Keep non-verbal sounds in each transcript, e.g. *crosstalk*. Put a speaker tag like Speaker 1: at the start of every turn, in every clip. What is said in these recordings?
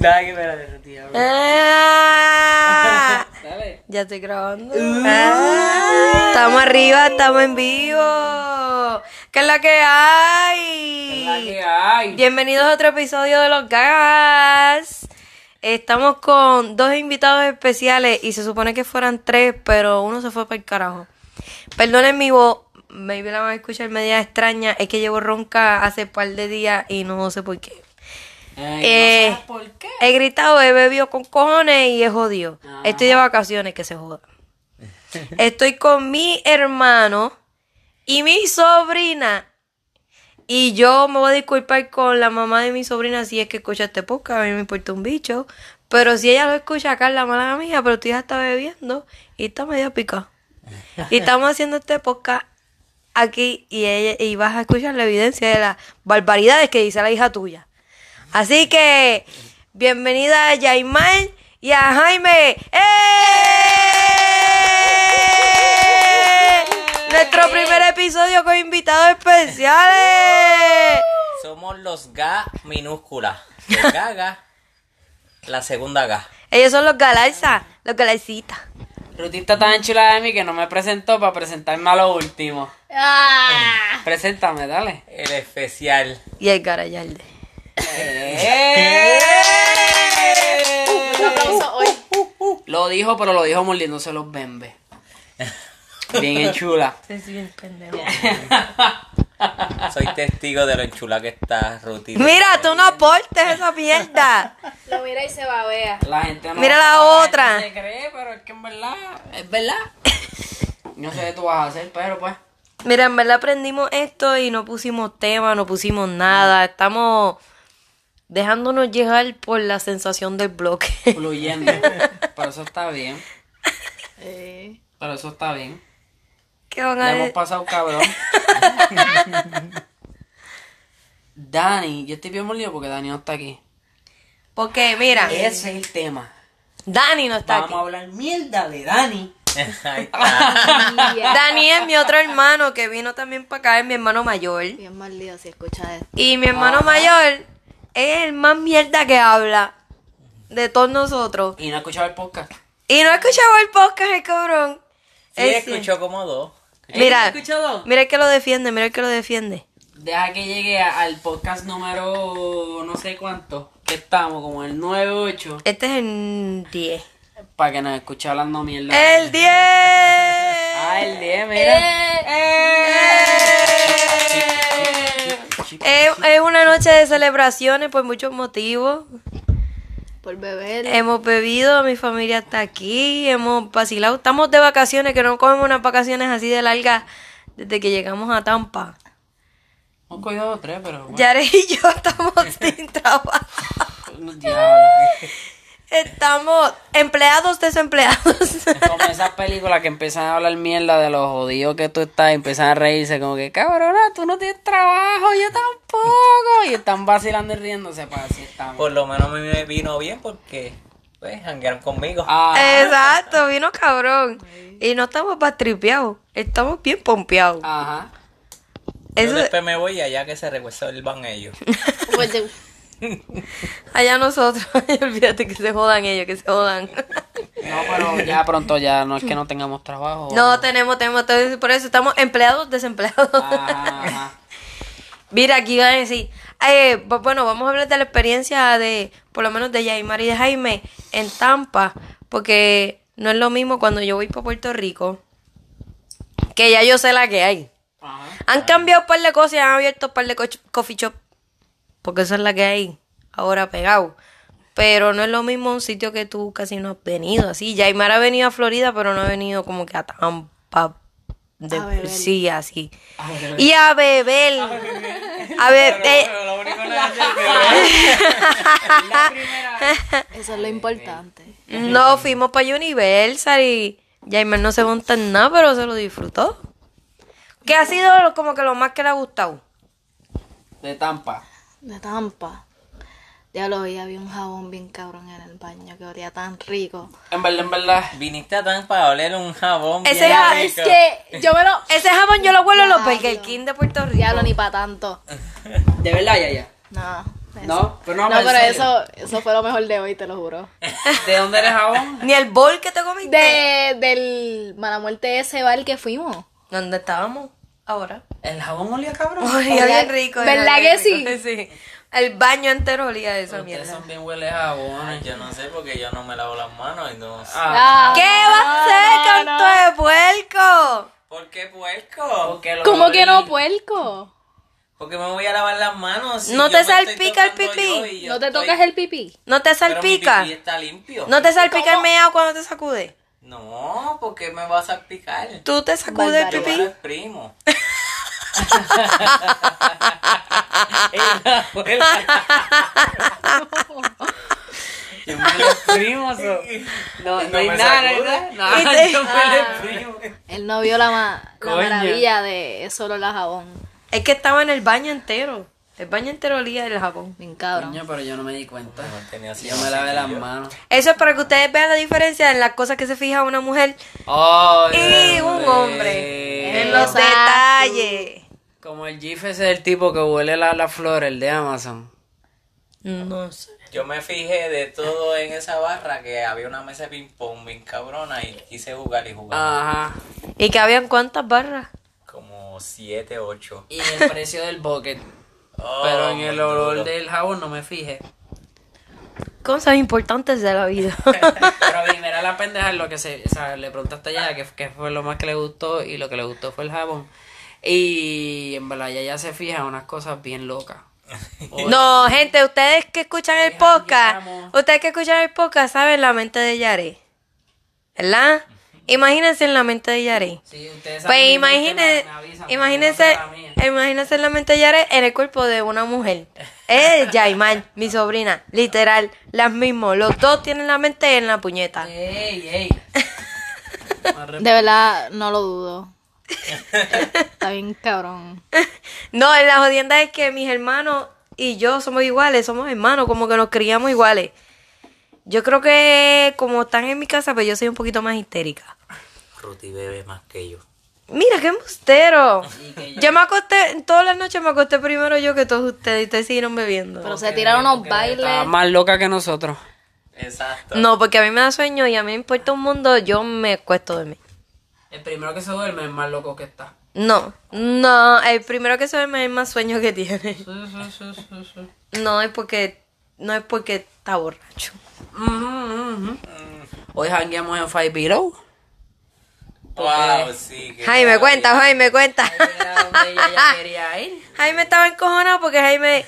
Speaker 1: Nada que ver de retiro.
Speaker 2: Ah,
Speaker 1: Dale.
Speaker 2: ya estoy grabando. Ah, Estamos arriba, estamos en vivo. ¿Qué es la que
Speaker 1: La que
Speaker 2: hay?
Speaker 1: hay.
Speaker 2: Bienvenidos a otro episodio de Los Gas. Estamos con dos invitados especiales y se supone que fueran tres, pero uno se fue para el carajo. Perdonen mi voz, maybe la van a escuchar media extraña. Es que llevo ronca hace par de días y no sé por qué.
Speaker 1: Ay,
Speaker 2: Eh,
Speaker 1: no sabes por qué. Ah.
Speaker 2: He gritado, he bebido con cojones y he jodido. Estoy de vacaciones, que
Speaker 1: *laughs*
Speaker 2: se joda. Estoy con mi hermano y mi sobrina. Y yo me voy a disculpar con la mamá de mi sobrina si es que escucha este podcast. A mí me importa un bicho. Pero si ella lo escucha acá, la mala mía, pero tú ya está bebiendo y está medio pica. Y estamos haciendo este podcast aquí y, ella, y vas a escuchar la evidencia de las barbaridades que dice la hija tuya. Así que, bienvenida a Yaimán y a Jaime. ¡Eh! Nuestro primer episodio con invitados especiales.
Speaker 3: Somos los ga minúscula. El gaga, la segunda ga.
Speaker 2: Ellos son los Galarza, los Galarcitas.
Speaker 1: Ruti está tan chula de mí que no me presentó para presentarme a lo último. Ah. Preséntame, dale.
Speaker 3: El especial.
Speaker 2: Y el Garayalde.
Speaker 1: Eh. Uh,
Speaker 2: Uh,
Speaker 1: Lo dijo, pero lo dijo mordiéndose los bembes. Bien chula.
Speaker 2: Es bien pendejo.
Speaker 3: Soy testigo de lo enchula que está Ruti.
Speaker 2: *laughs* Mira, tú no aportes esa mierda.
Speaker 4: Lo mira y se babea.
Speaker 1: La gente no.
Speaker 2: Mira la
Speaker 1: gente
Speaker 2: otra.
Speaker 1: se cree, pero es que en verdad. Es verdad.
Speaker 2: *laughs*
Speaker 1: No sé qué tú vas a hacer, pero pues.
Speaker 2: Mira, en verdad aprendimos esto y no pusimos tema, no pusimos nada. Estamos dejándonos llegar por la sensación del bloque. *laughs*
Speaker 1: fluyendo. Pero eso está bien.
Speaker 2: Eh.
Speaker 1: Pero eso está bien.
Speaker 2: ¿Qué van
Speaker 1: Le
Speaker 2: a
Speaker 1: hemos
Speaker 2: decir?
Speaker 1: pasado
Speaker 2: *laughs*
Speaker 1: cabrón. Dani, yo estoy bien molido porque Dani no está aquí.
Speaker 2: Porque, mira,
Speaker 1: Ese es el tema.
Speaker 2: Dani no Ah, está
Speaker 1: Vamos
Speaker 2: aquí.
Speaker 1: a hablar mierda de Dani.
Speaker 3: Ahí está.
Speaker 2: Dani es mi otro hermano que vino también para acá, es mi hermano mayor.
Speaker 4: Bien maldito si escucha esto.
Speaker 2: Y mi hermano mayor es el más mierda que habla de todos nosotros.
Speaker 1: Y no ha escuchado el podcast.
Speaker 2: Y no escuchaba el podcast, el cabrón.
Speaker 3: Sí,
Speaker 2: Es-
Speaker 3: escuchó como dos.
Speaker 2: Mira,
Speaker 1: ¿Has escuchado?
Speaker 2: mira el que lo defiende, mira el que lo defiende.
Speaker 1: Deja que llegue a- al podcast número no sé cuánto. Que estamos, como el 9-8.
Speaker 2: Este es el 10.
Speaker 1: Para que nos escuche hablando mierda.
Speaker 2: ¡El Eh. 10!
Speaker 1: Ah, el 10, mira.
Speaker 2: Eh, Es, es una noche de celebraciones por muchos motivos. *laughs*
Speaker 4: Por beber.
Speaker 2: Hemos bebido, mi familia está aquí, hemos vacilado. Estamos de vacaciones, que no comemos unas vacaciones así de largas desde que llegamos a Tampa.
Speaker 1: Hemos cogido dos o tres, pero. Bueno.
Speaker 2: Yare y
Speaker 1: *laughs*
Speaker 2: yo *laughs* estamos sin trabajo.
Speaker 1: No, diablo.
Speaker 2: Estamos empleados, desempleados.
Speaker 1: Como esas películas que empiezan a hablar mierda de los jodidos que tú estás, y empiezan a reírse como que, cabrona, tú no tienes trabajo, yo tampoco. Y están vacilando y riéndose para así estamos.
Speaker 3: Por lo menos a mí me vino bien porque, pues, janguearon conmigo.
Speaker 1: Ah,
Speaker 2: Exacto, vino cabrón. Y no estamos pastripeados, estamos bien pompeados.
Speaker 1: ajá.
Speaker 3: Yo
Speaker 2: Eso,
Speaker 3: después me voy allá que se resuelvan ellos.
Speaker 4: Pues de-
Speaker 2: allá nosotros, *laughs* olvídate que se jodan ellos, que se jodan.
Speaker 1: No, pero ya pronto ya no es que no tengamos trabajo.
Speaker 2: No tenemos, tenemos, tenemos- por eso estamos empleados, desempleados.
Speaker 1: Ajá, ajá.
Speaker 2: *laughs* Mira, aquí van a decir, eh, bu- bueno, vamos a hablar de la experiencia de, por lo menos de Yaimar y de Jaime en Tampa, porque no es lo mismo cuando yo voy para Puerto Rico, que ya yo sé la que hay.
Speaker 1: ajá.
Speaker 2: Han cambiado un par de cosas y han abierto un par de coch- coffee shop, porque esa es la que hay ahora pegado. Pero no es lo mismo un sitio que tú casi no has venido, así. Yaimar ha venido a Florida, pero no ha venido como que a Tampa. De,
Speaker 4: A beber.
Speaker 2: sí, así.
Speaker 1: A beber.
Speaker 2: Y a beber. A beber. eh,
Speaker 3: lo único
Speaker 4: Eso es lo importante.
Speaker 2: No, fuimos para Universal y Jaime no se monta en nada, pero se lo disfrutó. Que ha sido lo- como que lo más que le ha gustado.
Speaker 1: De Tampa.
Speaker 4: De tampa. Ya lo vi, había un jabón bien cabrón en el baño que olía tan rico.
Speaker 1: En verdad, en verdad.
Speaker 3: Viniste a tan para oler un jabón.
Speaker 2: Ese
Speaker 3: bien
Speaker 2: ja-
Speaker 3: rico.
Speaker 4: que yo me lo.
Speaker 2: *laughs* Ese jamón yo lo huelo en los
Speaker 4: Diablo.
Speaker 2: Burger King de Puerto Rico.
Speaker 4: Diablo, ni para tanto.
Speaker 1: De verdad, ya, ya.
Speaker 4: No.
Speaker 1: No, pero no,
Speaker 4: No, pero
Speaker 1: en serio.
Speaker 4: eso, eso fue lo mejor de hoy, te lo juro.
Speaker 1: Eh, ¿De dónde eres jabón?
Speaker 2: Ni el bol que te comiste.
Speaker 4: De, del mala muerte de ese bar que fuimos.
Speaker 2: ¿Dónde estábamos ahora?
Speaker 1: El jabón olía cabrón.
Speaker 2: Olía bien rico. era
Speaker 4: ¿Verdad
Speaker 2: bien
Speaker 4: que
Speaker 2: rico, *laughs* sí? El baño entero olía de esa
Speaker 1: Ustedes
Speaker 2: mierda.
Speaker 1: son bien huele a jabón.
Speaker 3: Yo no sé porque yo no me lavo las manos y no.
Speaker 1: Ah,
Speaker 2: ¿Qué va a ser, canto de puerco?
Speaker 3: ¿Por qué puerco?
Speaker 1: porque lo
Speaker 4: ¿Cómo
Speaker 1: olí.
Speaker 4: que no, puerco?
Speaker 3: Porque me voy a lavar las manos. si
Speaker 2: ¿No
Speaker 3: yo
Speaker 2: te
Speaker 3: me estoy
Speaker 2: salpica el
Speaker 3: tocando
Speaker 2: pipí?
Speaker 3: yo y yo
Speaker 4: ¿No te
Speaker 3: estoy-
Speaker 4: tocas el pipí?
Speaker 2: ¿No te
Speaker 3: Pero mi
Speaker 2: salpica?
Speaker 3: pipí está limpio.
Speaker 2: ¿No te salpica el meado cuando te sacudes?
Speaker 3: No, porque me va a salpicar.
Speaker 2: ¿Tú te sacudes el
Speaker 3: Yo
Speaker 2: pipí?
Speaker 3: el primo.
Speaker 1: Ella huele a- Yo huele a primo, so. No, no,
Speaker 3: No
Speaker 1: hay
Speaker 3: me
Speaker 1: nada, no hay
Speaker 3: sacude.
Speaker 1: nada. *laughs* No,
Speaker 2: Y te-
Speaker 1: yo huele a primo.
Speaker 4: Él no vio la, ma- la
Speaker 1: Coño.
Speaker 4: maravilla de solo la jabón.
Speaker 2: Es que estaba en el baño entero. El baño entero olía del jabón.
Speaker 4: Bien cabrón.
Speaker 1: Coño, pero yo no me di cuenta.
Speaker 3: No tenía así,
Speaker 1: Yo
Speaker 3: no
Speaker 1: me
Speaker 3: sé
Speaker 1: lavé
Speaker 3: qué
Speaker 1: las
Speaker 3: yo.
Speaker 1: manos.
Speaker 2: Eso es para que ustedes vean la diferencia en las cosas que se fija una mujer
Speaker 1: Ay,
Speaker 2: y un
Speaker 3: Eh.
Speaker 2: hombre. En los
Speaker 4: Exacto.
Speaker 2: detalles.
Speaker 1: Como el GIF ese del tipo que huele la, la flor, el de Amazon.
Speaker 2: No sé.
Speaker 3: Yo me fijé de todo en esa barra que había una mesa de ping-pong bien cabrona y quise jugar y jugar.
Speaker 1: Ajá.
Speaker 2: ¿Y que habían cuántas barras?
Speaker 3: Como 7, 8.
Speaker 1: Y el precio del bucket.
Speaker 3: Oh,
Speaker 1: Pero en el olor del jabón no me fijé.
Speaker 2: Cosas importantes de
Speaker 1: *laughs*
Speaker 2: la vida.
Speaker 1: Pero primero la pendeja lo que se, o sea, le preguntaste ya que, que fue lo más que le gustó y lo que le gustó fue el jabón. Y en verdad ella ya se fija en unas cosas bien locas. O-
Speaker 2: no, gente, ustedes que escuchan el podcast,
Speaker 1: llegamos.
Speaker 2: ustedes que escuchan el podcast saben la mente de Yare. ¿Verdad? Imagínense en la mente de Yare.
Speaker 1: Sí, ustedes saben
Speaker 2: Pues
Speaker 1: mi mente,
Speaker 2: imagínense,
Speaker 1: me- me avisan, porque
Speaker 2: imagínense,
Speaker 1: yo no sé la mía.
Speaker 2: imagínense la mente de Yare en el cuerpo de una mujer. Es Yaimal, mi sobrina, literal, las mismas. Los dos tienen la mente en la puñeta.
Speaker 1: Ey, ey. Más re-
Speaker 4: De verdad, no lo dudo. Está bien cabrón.
Speaker 2: No, la jodienda es que mis hermanos y yo somos iguales, somos hermanos, como que nos criamos iguales. Yo creo que como están en mi casa, pues yo soy un poquito más histérica.
Speaker 3: Ruti bebe más que yo.
Speaker 2: Mira, qué embustero.
Speaker 1: Y que
Speaker 2: Yo me acosté, todas las noches me acosté primero yo que todos ustedes y ustedes siguieron bebiendo.
Speaker 4: Pero se tiraron unos
Speaker 1: Estaba
Speaker 4: bailes.
Speaker 1: más loca que nosotros.
Speaker 3: Exacto.
Speaker 2: No, porque a mí me da sueño y a mí me importa un mundo, yo me cuesto dormir.
Speaker 1: El primero que se duerme es más loco que está.
Speaker 2: No, no, el primero que se duerme es el más sueño que tiene.
Speaker 1: Sí, sí, sí, sí, sí.
Speaker 2: No es porque, no es porque está borracho.
Speaker 1: Ujú, ujú. Mm. Hoy jangueamos en Five Below.
Speaker 3: Wow, sí. que-
Speaker 2: Jaime, cuenta, Jaime, cuenta.
Speaker 1: Era donde ella ya quería ir.
Speaker 2: Jaime estaba encojonado porque Jaime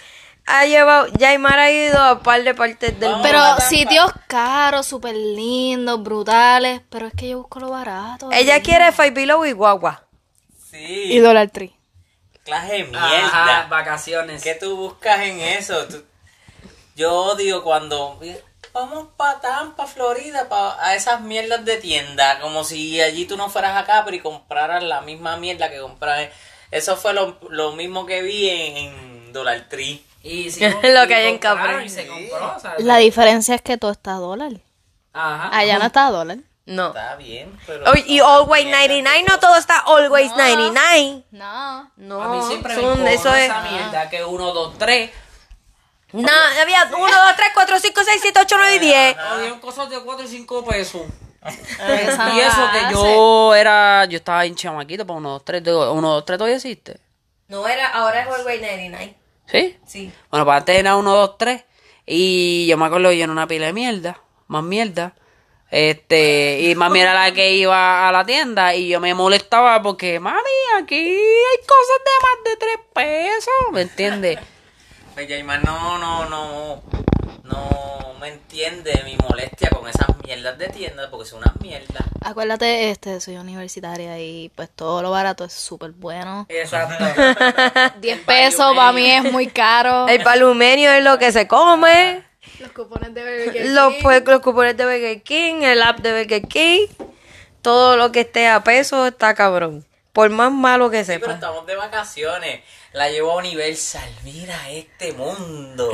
Speaker 2: ha llevado, Jaimar ha ido a par de partes del mundo.
Speaker 4: Pero sitios caros, súper lindos, brutales. Pero es que yo busco lo barato.
Speaker 2: Ella quiere Five Below y Guagua.
Speaker 3: Sí.
Speaker 4: Y Dollar Tree.
Speaker 3: Clase de mierda.
Speaker 1: Ajá, vacaciones.
Speaker 3: ¿Qué tú buscas en eso? Tú- Yo odio cuando vamos para Tampa, Florida, pa- a esas mierdas de tienda, como si allí tú no fueras a Capri y compraras la misma mierda que compras. en- Eso fue lo, lo mismo que vi en, en Dollar Tree.
Speaker 1: Y sí,
Speaker 2: Lo que hay en
Speaker 1: compraron
Speaker 2: Capri.
Speaker 1: Y se compró, ¿sabes?
Speaker 4: La diferencia es que todo está a dólar.
Speaker 1: Ah, Ajá.
Speaker 4: Allá no está a dólar.
Speaker 2: No.
Speaker 3: Está bien, pero...
Speaker 2: Oh, y Always 99, no todo está Always 99.
Speaker 4: No.
Speaker 2: No,
Speaker 1: a mí siempre me
Speaker 2: son-
Speaker 1: incomodó
Speaker 2: eso es.
Speaker 1: esa mierda que uno, dos, tres.
Speaker 2: No, había 1, 2, 3, 4, 5, 6, 7, 8, 9 y 10.
Speaker 1: Habían cosas de cuatro y cinco pesos.
Speaker 4: Esa
Speaker 1: y
Speaker 4: no
Speaker 1: eso
Speaker 4: la
Speaker 1: que
Speaker 4: hace.
Speaker 1: yo era, yo estaba en chamaquito para uno, dos, tres. digo, Uno, dos, tres todavía existe.
Speaker 2: No era, ahora es Always 99.
Speaker 1: ¿Sí?
Speaker 2: Sí.
Speaker 1: Bueno, para antes era 1, 2, 3. Y yo me acuerdo yo en una pila de mierda, más mierda. Este, y mami era la que iba a la tienda y yo me molestaba porque, mami, aquí hay cosas de más de 3 pesos, ¿me entiendes?
Speaker 3: Pues, Yaima, no, no, no, no me entiende mi molestia con esas mierdas de tienda, porque son unas mierdas.
Speaker 4: Acuérdate, este, soy universitaria y pues todo lo barato es súper bueno.
Speaker 1: Exacto.
Speaker 4: 10 pesos para mí es
Speaker 1: *laughs*
Speaker 4: muy caro.
Speaker 2: El palumenio es lo que se come.
Speaker 4: Los cupones de Burger
Speaker 2: Los, pues, los cupones de Burger King, el app de Burger King, todo lo que esté a peso está cabrón. Por más malo que
Speaker 3: Sí, pero
Speaker 2: sepa.
Speaker 3: estamos de vacaciones. La llevo a Universal. Mira
Speaker 1: *laughs*
Speaker 3: este mundo.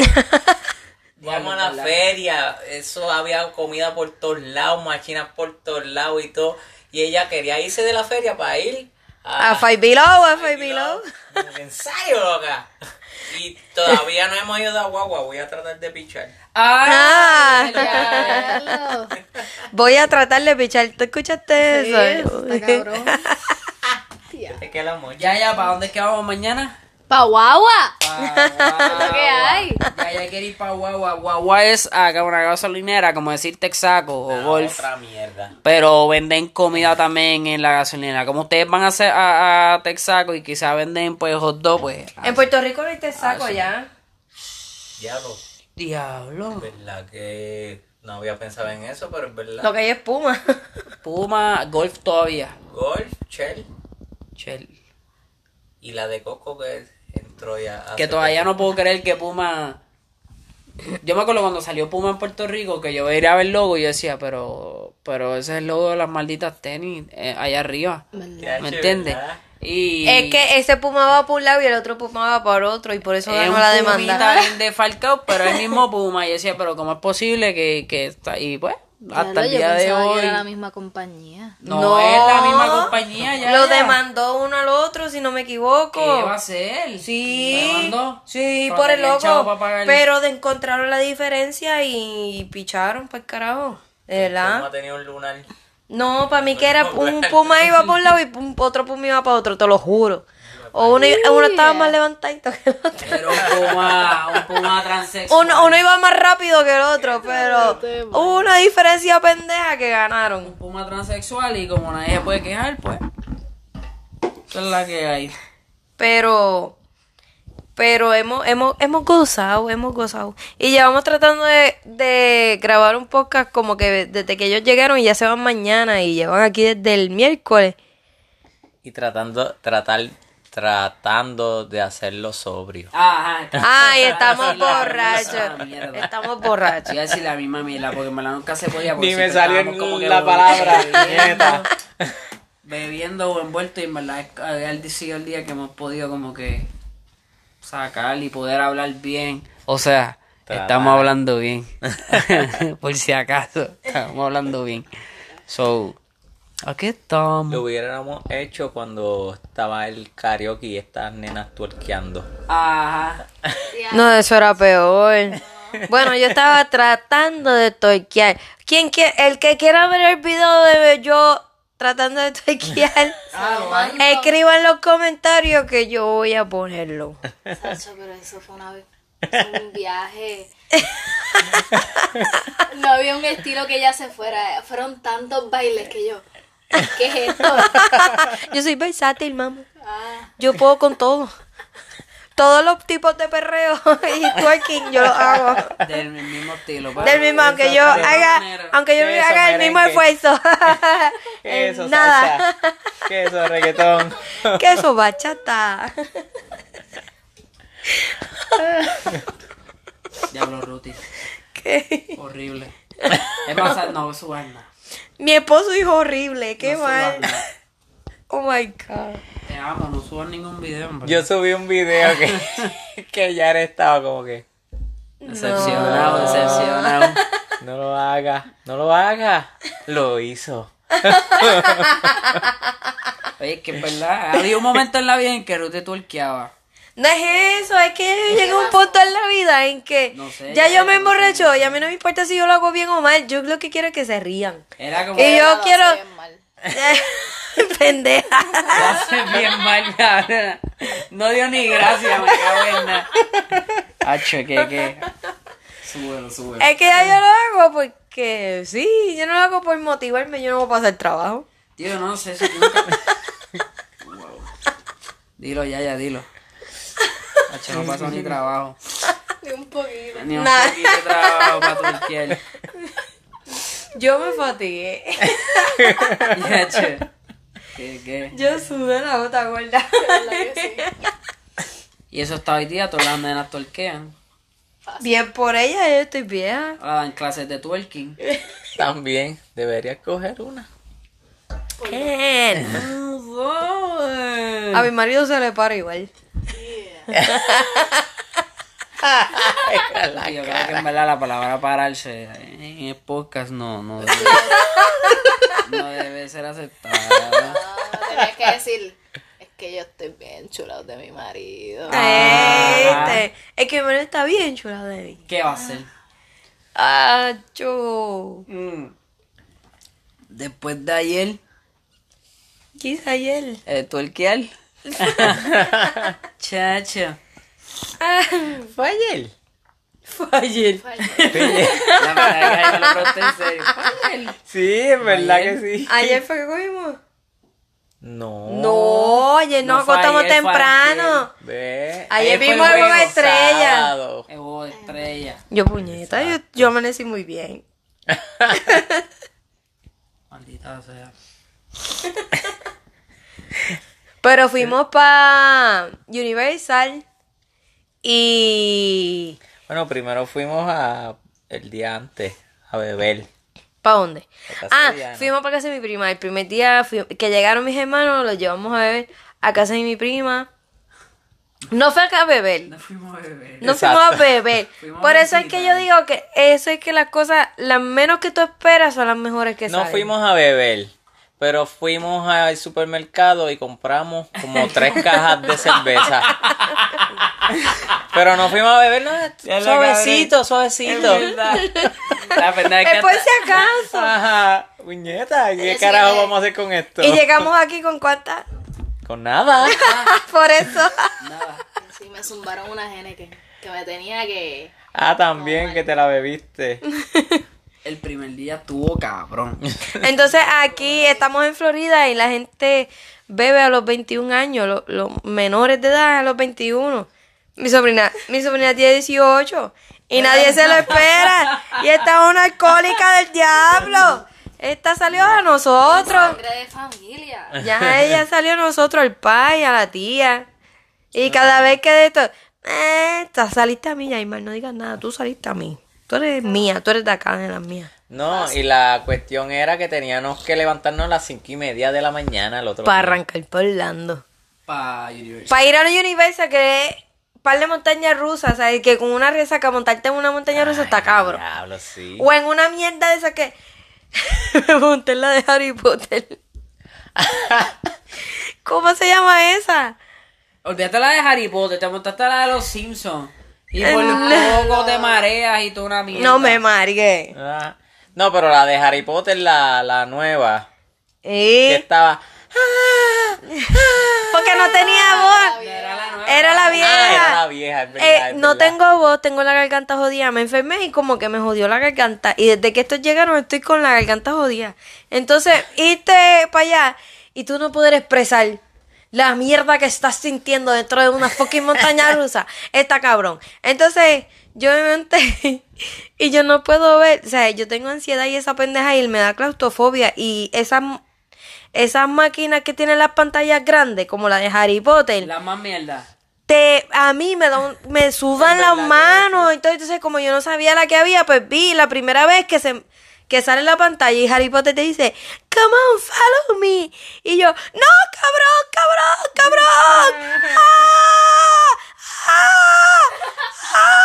Speaker 3: Vamos a la feria. Eso había comida por todos lados, máquinas por todos lados y todo. Y ella quería irse de la feria para ir
Speaker 2: A
Speaker 1: Ah,
Speaker 2: Five Below,
Speaker 1: *laughs*
Speaker 2: a Five
Speaker 3: Below.
Speaker 2: Below.
Speaker 3: En serio, loca. Y todavía no hemos ido a Guagua, voy a tratar de pichar.
Speaker 1: Ah,
Speaker 4: Diablo.
Speaker 2: Voy a tratar de pichar. ¿Tú escuchaste
Speaker 4: Sí,
Speaker 2: eso?
Speaker 4: eso está cabrón.
Speaker 3: Es Este que la mocha.
Speaker 1: ya, ya, ¿para dónde es que vamos mañana?
Speaker 4: Pa' guagua.
Speaker 1: Guagua.
Speaker 4: Lo que hay.
Speaker 1: Ya, ya quiero ir para Guagua. Guagua es acá una gasolinera, como decir Texaco o Golf.
Speaker 3: Otra mierda.
Speaker 1: Pero venden comida también en la gasolinera. Como ustedes van a hacer a, a Texaco y quizá venden pues hot dog, pues.
Speaker 2: *laughs* En Puerto Rico no hay te
Speaker 1: Ah,
Speaker 2: saco ya.
Speaker 3: Diablo.
Speaker 1: Diablo.
Speaker 3: ¿Verdad que no había pensado en eso, pero es verdad?
Speaker 2: Lo que hay es puma.
Speaker 1: Puma, golf todavía.
Speaker 3: Golf, Shell
Speaker 1: Chel.
Speaker 3: y la de Coco que entró ya. hace
Speaker 1: Que todavía no puedo creer que Puma. Yo me acuerdo cuando salió Puma en Puerto Rico que yo iba a ver el logo y yo decía, pero, pero ese es el logo de las malditas tenis eh, allá arriba.
Speaker 4: ¿Verdad?
Speaker 3: Ya,
Speaker 1: ¿Me
Speaker 3: che,
Speaker 1: entiendes?
Speaker 3: ¿verdad?
Speaker 1: Y
Speaker 2: Es que ese puma va por un lado y el otro puma va por otro y por eso
Speaker 1: es
Speaker 2: ganó
Speaker 1: un
Speaker 2: la
Speaker 1: pumita
Speaker 2: demanda.
Speaker 1: bien de Falcao, pero es el mismo Puma. Y yo decía, pero ¿cómo es posible que, que está? Y pues,
Speaker 4: Diablo,
Speaker 1: hasta el
Speaker 4: yo
Speaker 1: día de
Speaker 4: pensaba que era la
Speaker 1: hoy.
Speaker 4: misma compañía.
Speaker 1: No, es la misma compañía ya.
Speaker 2: Lo
Speaker 1: ya.
Speaker 2: demandó uno al otro, si no me
Speaker 1: ¿Qué va
Speaker 2: equivoco.
Speaker 1: a ser? ¿Me
Speaker 2: Sí,
Speaker 1: mandó?
Speaker 2: sí,
Speaker 1: Para
Speaker 2: por el
Speaker 1: tener chavo
Speaker 2: loco.
Speaker 1: para pagar.
Speaker 2: Pero de encontraron la diferencia y picharon para el carajo. ¿De
Speaker 3: Puma
Speaker 2: ¿Verdad?
Speaker 3: tenía un lunar.
Speaker 2: No, para mí que era un puma iba por
Speaker 1: *laughs*
Speaker 2: un lado y pum- otro puma iba para otro, te lo juro. O uno, i- uno estaba más levantadito que el otro.
Speaker 1: Pero un Puma, un Puma transexual.
Speaker 2: Uno, uno iba más rápido que el otro, pero hubo una diferencia pendeja que ganaron.
Speaker 1: Puma transexual y como nadie se puede quejar, pues. Esa es la que hay.
Speaker 2: Pero, pero hemos, hemos, hemos gozado, hemos gozado. Y llevamos tratando de, de grabar un podcast como que desde que ellos llegaron y ya se van mañana y llevan aquí desde
Speaker 1: *laughs*
Speaker 2: el miércoles.
Speaker 3: Y tratando, tratar, tratando de hacerlo sobrio.
Speaker 1: Ajá.
Speaker 2: Ay, estamos
Speaker 1: Esa
Speaker 2: borrachos.
Speaker 1: mierda.
Speaker 2: Estamos
Speaker 1: *laughs*
Speaker 2: borrachos.
Speaker 1: Iba a decir la misma mierda porque en verdad nunca se podía. porque
Speaker 3: Ni me
Speaker 1: siempre
Speaker 3: salió
Speaker 1: estábamos como que
Speaker 3: la
Speaker 1: bebiendo- *laughs*
Speaker 3: palabra, nieta.
Speaker 1: Bebiendo o envuelto y en verdad es- ha sido el día que hemos podido como que sacar y poder hablar bien. O sea, estamos hablando
Speaker 3: *laughs*
Speaker 1: bien. *laughs* Por si acaso, estamos hablando bien. So, aquí estamos.
Speaker 3: Lo hubiéramos hecho cuando estaba el karaoke y estas nenas tuerqueando.
Speaker 1: Ajá.
Speaker 2: No, eso era peor. Bueno, yo estaba tratando de torquear. ¿Quién quie- el que quiera ver el video de yo tratando de torquear,
Speaker 1: Ah,
Speaker 2: escriba en los comentarios que yo voy a ponerlo.
Speaker 4: Sacho, pero eso fue una vez. Un viaje. No había un estilo que ella se fuera. Fueron tantos bailes que yo. ¿Qué es esto?
Speaker 2: *laughs* Yo soy versátil, mamá.
Speaker 4: Ah,
Speaker 2: Yo puedo con todo. Todos los tipos de perreo *laughs* y twerking yo lo hago.
Speaker 1: Del mismo estilo.
Speaker 2: Del mismo, aunque yo haga, aunque yo
Speaker 3: Eso,
Speaker 2: haga el mismo
Speaker 3: merengue.
Speaker 2: esfuerzo.
Speaker 3: Eh,
Speaker 2: Eh,
Speaker 3: Eso,
Speaker 2: Nada.
Speaker 3: *laughs* salsa. Que eso, reggaetón.
Speaker 2: *laughs* Queso bachata. *laughs*
Speaker 1: Diablo Ruti.
Speaker 2: ¿Qué?
Speaker 3: *laughs*
Speaker 1: Horrible. Es más, no, subas nada.
Speaker 2: Mi esposo dijo horrible, qué
Speaker 1: No subas
Speaker 2: mal.
Speaker 1: nada.
Speaker 2: Oh my god.
Speaker 1: Te amo, no subas Ah, ningún video. hombre.
Speaker 3: Yo subí un video *laughs* que, que ya estaba como que.
Speaker 1: Decepcionado, decepcionado.
Speaker 3: No lo haga, no lo haga. Lo hizo.
Speaker 1: Oye, es que es verdad. Había un momento en la vida en que Ruth te tuerqueaba.
Speaker 2: No es eso, es que llega un punto en la vida en que
Speaker 1: No sé,
Speaker 2: ya,
Speaker 1: ya
Speaker 2: yo me emborracho y a mí no me importa si yo lo hago bien o mal, yo lo que quiero es que se rían.
Speaker 1: Era como.
Speaker 2: Y yo
Speaker 4: lo
Speaker 2: quiero...
Speaker 4: hace bien mal.
Speaker 2: *laughs* Pendeja.
Speaker 1: Lo hace "Ah, bien mal, cabrón. No dio ni gracia, me cago en nada. Hacho, que, que. Súbelo, súbelo.
Speaker 2: Es que ya yo lo hago porque sí, yo no lo hago por motivarme, yo no voy a pasar trabajo.
Speaker 1: Tío, no sé si nunca. Wow. Dilo, ya, ya, dilo. Hacho, no pasó ni trabajo.
Speaker 4: De un poquito.
Speaker 1: Ni un
Speaker 2: Nah.
Speaker 1: poquito de trabajo para tuerquear.
Speaker 2: Yo me fatigué. *laughs*
Speaker 1: Ya, che. ¿Qué, qué?
Speaker 2: Yo sudé *laughs* la gota gorda.
Speaker 4: ¿Verdad que sí?
Speaker 1: Y eso está hoy día, todas las nenas torquean.
Speaker 2: Bien por ella, yo estoy vieja.
Speaker 1: Ahora dan clases de *laughs* twerking.
Speaker 3: También deberías coger una.
Speaker 2: ¿Qué? A mi marido se le para igual.
Speaker 1: Yo creo que en verdad la palabra pararse en *laughs* el podcast no, no debe, no debe ser aceptada.
Speaker 4: Ah, Tienes que decir, es que yo estoy bien chulado de mi marido.
Speaker 2: Este, es que mi marido está bien chulado de mí.
Speaker 1: ¿Qué va a hacer?
Speaker 2: Ah, yo.
Speaker 1: Mm. Después de ayer,
Speaker 2: ¿Qué hice ayer?
Speaker 1: eh, *laughs* tuerquear. Chacho.
Speaker 2: Ah,
Speaker 3: Fue ayer.
Speaker 1: Fue ayer. *laughs* La verdad que yo lo pregunté en serio. Fue ayer.
Speaker 3: Sí, es verdad que sí.
Speaker 2: ¿Ayer fue que cogimos?
Speaker 3: No.
Speaker 2: No, ayer nos
Speaker 1: No fue
Speaker 2: acostamos
Speaker 1: ayer, fue
Speaker 2: temprano.
Speaker 3: Ve.
Speaker 2: Ayer
Speaker 3: fue
Speaker 2: vimos el juego de
Speaker 3: juego
Speaker 2: estrellas.
Speaker 3: sábado.
Speaker 1: El huevo de Eh, estrella.
Speaker 2: Yo, puñeta, yo, yo amanecí muy bien.
Speaker 1: Maldita sea.
Speaker 2: Pero fuimos para Universal y...
Speaker 3: Bueno, primero fuimos a el día antes a beber.
Speaker 2: ¿Para dónde?
Speaker 3: Pa' casa
Speaker 2: Ah,
Speaker 3: de Diana.
Speaker 2: fuimos para casa de mi prima. El primer día fui- que llegaron mis hermanos, los llevamos a beber a casa de mi prima. No fue acá a beber.
Speaker 1: No fuimos a beber.
Speaker 2: No
Speaker 3: Exacto.
Speaker 2: fuimos a
Speaker 3: *laughs*
Speaker 2: beber.
Speaker 1: Fuimos
Speaker 2: Por
Speaker 1: a
Speaker 2: eso es que yo
Speaker 1: visitar.
Speaker 2: digo que eso es que las cosas, las menos que tú esperas son las mejores que
Speaker 3: no
Speaker 2: salen.
Speaker 3: fuimos a beber, pero fuimos al supermercado y compramos como tres cajas de cerveza. pero no fuimos a beber nada.
Speaker 1: Ya lo
Speaker 3: Suavecito,
Speaker 1: Es
Speaker 3: suavecito.
Speaker 1: verdad. La verdad es que
Speaker 2: Es Eh, por si
Speaker 1: hasta-
Speaker 2: acaso.
Speaker 3: Ajá, puñeta, ¿qué
Speaker 4: Ella
Speaker 3: carajo
Speaker 4: sigue.
Speaker 3: vamos a hacer con esto?
Speaker 2: Y llegamos aquí con cuántas.
Speaker 3: Con nada.
Speaker 2: *laughs* por eso.
Speaker 1: Nada.
Speaker 4: Sí, me zumbaron una gene que, que me tenía que...
Speaker 3: Ah, también que te la bebiste.
Speaker 1: El primer día estuvo cabrón.
Speaker 2: Entonces aquí estamos en Florida y la gente bebe a los 21 años, lo- los, menores de edad a los 21. Mi sobrina, mi sobrina tiene 18 y nadie se lo espera. Y esta es una alcohólica del diablo. Esta salió a nosotros.
Speaker 4: Sangre de familia.
Speaker 2: Ya ella salió a nosotros, al pai, a la tía. Y cada vez que de esto, eh, ta- saliste a mí, Yaimar, no digas nada, tú saliste a mí. Tú eres mía, tú eres de acá, de las mías. Ah,
Speaker 3: No, y la cuestión era que teníamos que levantarnos a las cinco y media de la mañana el otro
Speaker 2: Para
Speaker 3: día.
Speaker 2: arrancar por Orlando.
Speaker 1: Pa' Universal.
Speaker 2: Para ir a la Universal, que es par de montañas rusas, ¿sabes? Que con una resaca montarte en una montaña rusa está cabrón.
Speaker 3: Diablo, sí.
Speaker 2: O en una mierda de esa que. *laughs* Me monté en la de Harry Potter. ¿Cómo se llama esa?
Speaker 1: Olvídate la de Harry Potter, te montaste la de los Simpsons. Y por
Speaker 2: No.
Speaker 1: poco te mareas y tú una mierda.
Speaker 2: No me margué.
Speaker 3: Ah, no, pero la de Harry Potter, la, la nueva, que
Speaker 2: ¿Eh?
Speaker 3: estaba...
Speaker 2: *laughs* Porque no tenía voz.
Speaker 1: Era la nueva.
Speaker 2: Era la vieja.
Speaker 3: Ah, era la vieja, es verdad,
Speaker 2: Eh,
Speaker 3: es
Speaker 2: no
Speaker 3: verdad.
Speaker 2: tengo voz, tengo la garganta jodida. Me enfermé y como que me jodió la garganta. Y desde que estos llegaron estoy con la garganta jodida. Entonces, irte para allá y tú no poder expresar la mierda que estás sintiendo dentro de una fucking
Speaker 3: *laughs*
Speaker 2: montaña rusa. Está cabrón. Entonces, yo me monté *laughs* y yo no puedo ver. O sea, yo tengo ansiedad y esa pendeja y me da claustrofobia. Y esas, esas máquinas que tienen las pantallas grandes, como la de Harry Potter
Speaker 1: La más mierda.
Speaker 2: te a mí me da un- me sudan las manos y todo. entonces como yo no sabía la que había pues vi la primera vez que se que sale en la pantalla y Harry Potter te dice come on follow me y yo no cabrón cabrón cabrón ¡Ah! ¡Ah!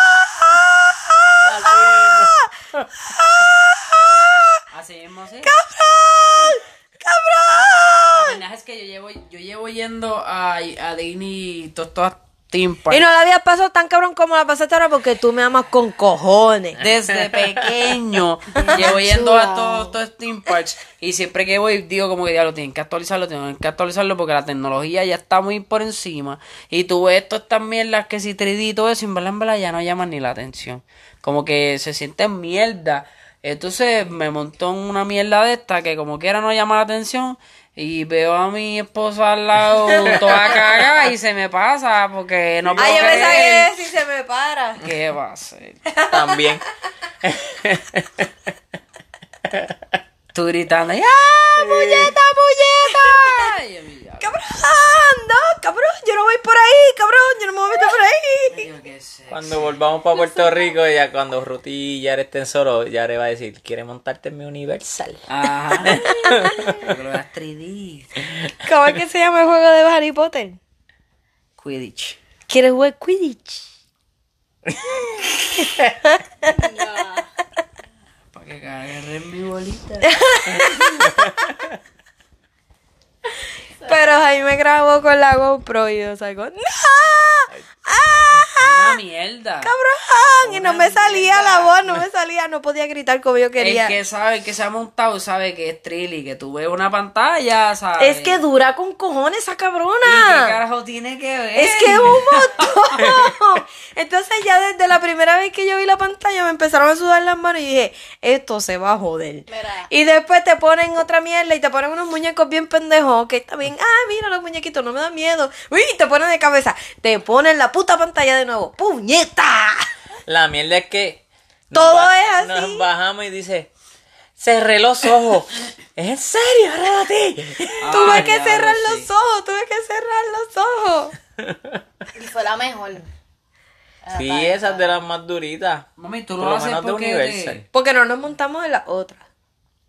Speaker 1: Así mismo, sí. ¡Cabrón! ¡Cabrón! La es que yo llevo, yo llevo yendo a, a Disney todas todas timpas.
Speaker 2: y no la había pasado tan cabrón como la pasaste ahora porque tú me amas
Speaker 1: *laughs*
Speaker 2: con cojones
Speaker 1: Desde pequeño *laughs* llevo yendo a todos estos theme parks y siempre que voy digo como que ya lo tienen que actualizarlo, tienen que actualizarlo porque la tecnología ya está muy por encima y tú ves todas estas mierdas que si 3D y todo eso en verdad, en verdad ya no llaman ni la atención, como que se sienten mierda, entonces me montó en una mierda de esta que como quiera no llama la atención y veo a mi esposa al lado toda cagada y se me pasa porque no puedo
Speaker 2: ay yo pensaba que iba
Speaker 1: creer
Speaker 2: a decir, se me para
Speaker 1: ¿Qué va a hacer?
Speaker 3: También.
Speaker 1: Tú gritando, ¡ah! ¡Muñeta, muñeta!
Speaker 2: ¡Cabrón! ¡No, cabrón! Yo no voy por ahí, cabrón. Yo no me voy a meter por ahí.
Speaker 3: Cuando volvamos para Puerto Rico, ya cuando Ruti y Yare estén solos, Yare va a decir, ¿quieres montarte en mi Universal?
Speaker 2: *laughs*
Speaker 1: Ajá. Porque lo das 3D.
Speaker 2: ¿Cómo es que se llama el juego de Harry Potter?
Speaker 1: Quidditch.
Speaker 2: ¿Quieres jugar Quidditch?
Speaker 1: Para que agarren mi bolita.
Speaker 2: Pero grabó con la GoPro y yo salgo, ¡No! ¡Ah!
Speaker 1: Una mierda.
Speaker 2: ¡Cabrón! Y no
Speaker 1: Una
Speaker 2: me salía
Speaker 1: mierda.
Speaker 2: la voz, no me salía, no podía gritar como yo quería.
Speaker 1: El que sabe, el que se ha montado, sabe que es trill y que tú ves una pantalla, ¿sabes?
Speaker 2: Es que dura con cojones esa
Speaker 1: ¿Y qué
Speaker 2: cabrona.
Speaker 1: carajo tiene que ver?
Speaker 2: Es que es
Speaker 1: *laughs*
Speaker 2: un montón. *laughs* Entonces ya desde la primera vez que yo vi la pantalla me empezaron a sudar las manos y dije, esto se va a joder.
Speaker 4: Mira.
Speaker 2: Y después te ponen otra mierda y te ponen unos muñecos bien pendejos, que está bien, ah, mira los muñequitos, no me dan miedo. Uy, te ponen de cabeza, te ponen la puta pantalla de nuevo. ¡Puñeta!
Speaker 3: La mierda es que.
Speaker 2: Todo
Speaker 3: ba-
Speaker 2: es así.
Speaker 3: Nos bajamos y dice. Cerré los
Speaker 2: *laughs*
Speaker 3: ojos. ¿Es en serio? Ahora a ti.
Speaker 2: tuve
Speaker 1: Ay,
Speaker 2: que
Speaker 1: diablo,
Speaker 2: cerrar
Speaker 1: sí.
Speaker 2: los ojos, tuve que cerrar los ojos.
Speaker 4: Y fue la mejor.
Speaker 3: Sí, esa es de las más duritas.
Speaker 1: Mami, tú
Speaker 3: Por
Speaker 1: lo,
Speaker 3: lo
Speaker 1: haces
Speaker 3: menos de
Speaker 1: porque
Speaker 3: Universal.
Speaker 1: te-
Speaker 2: Porque no nos montamos en la otra.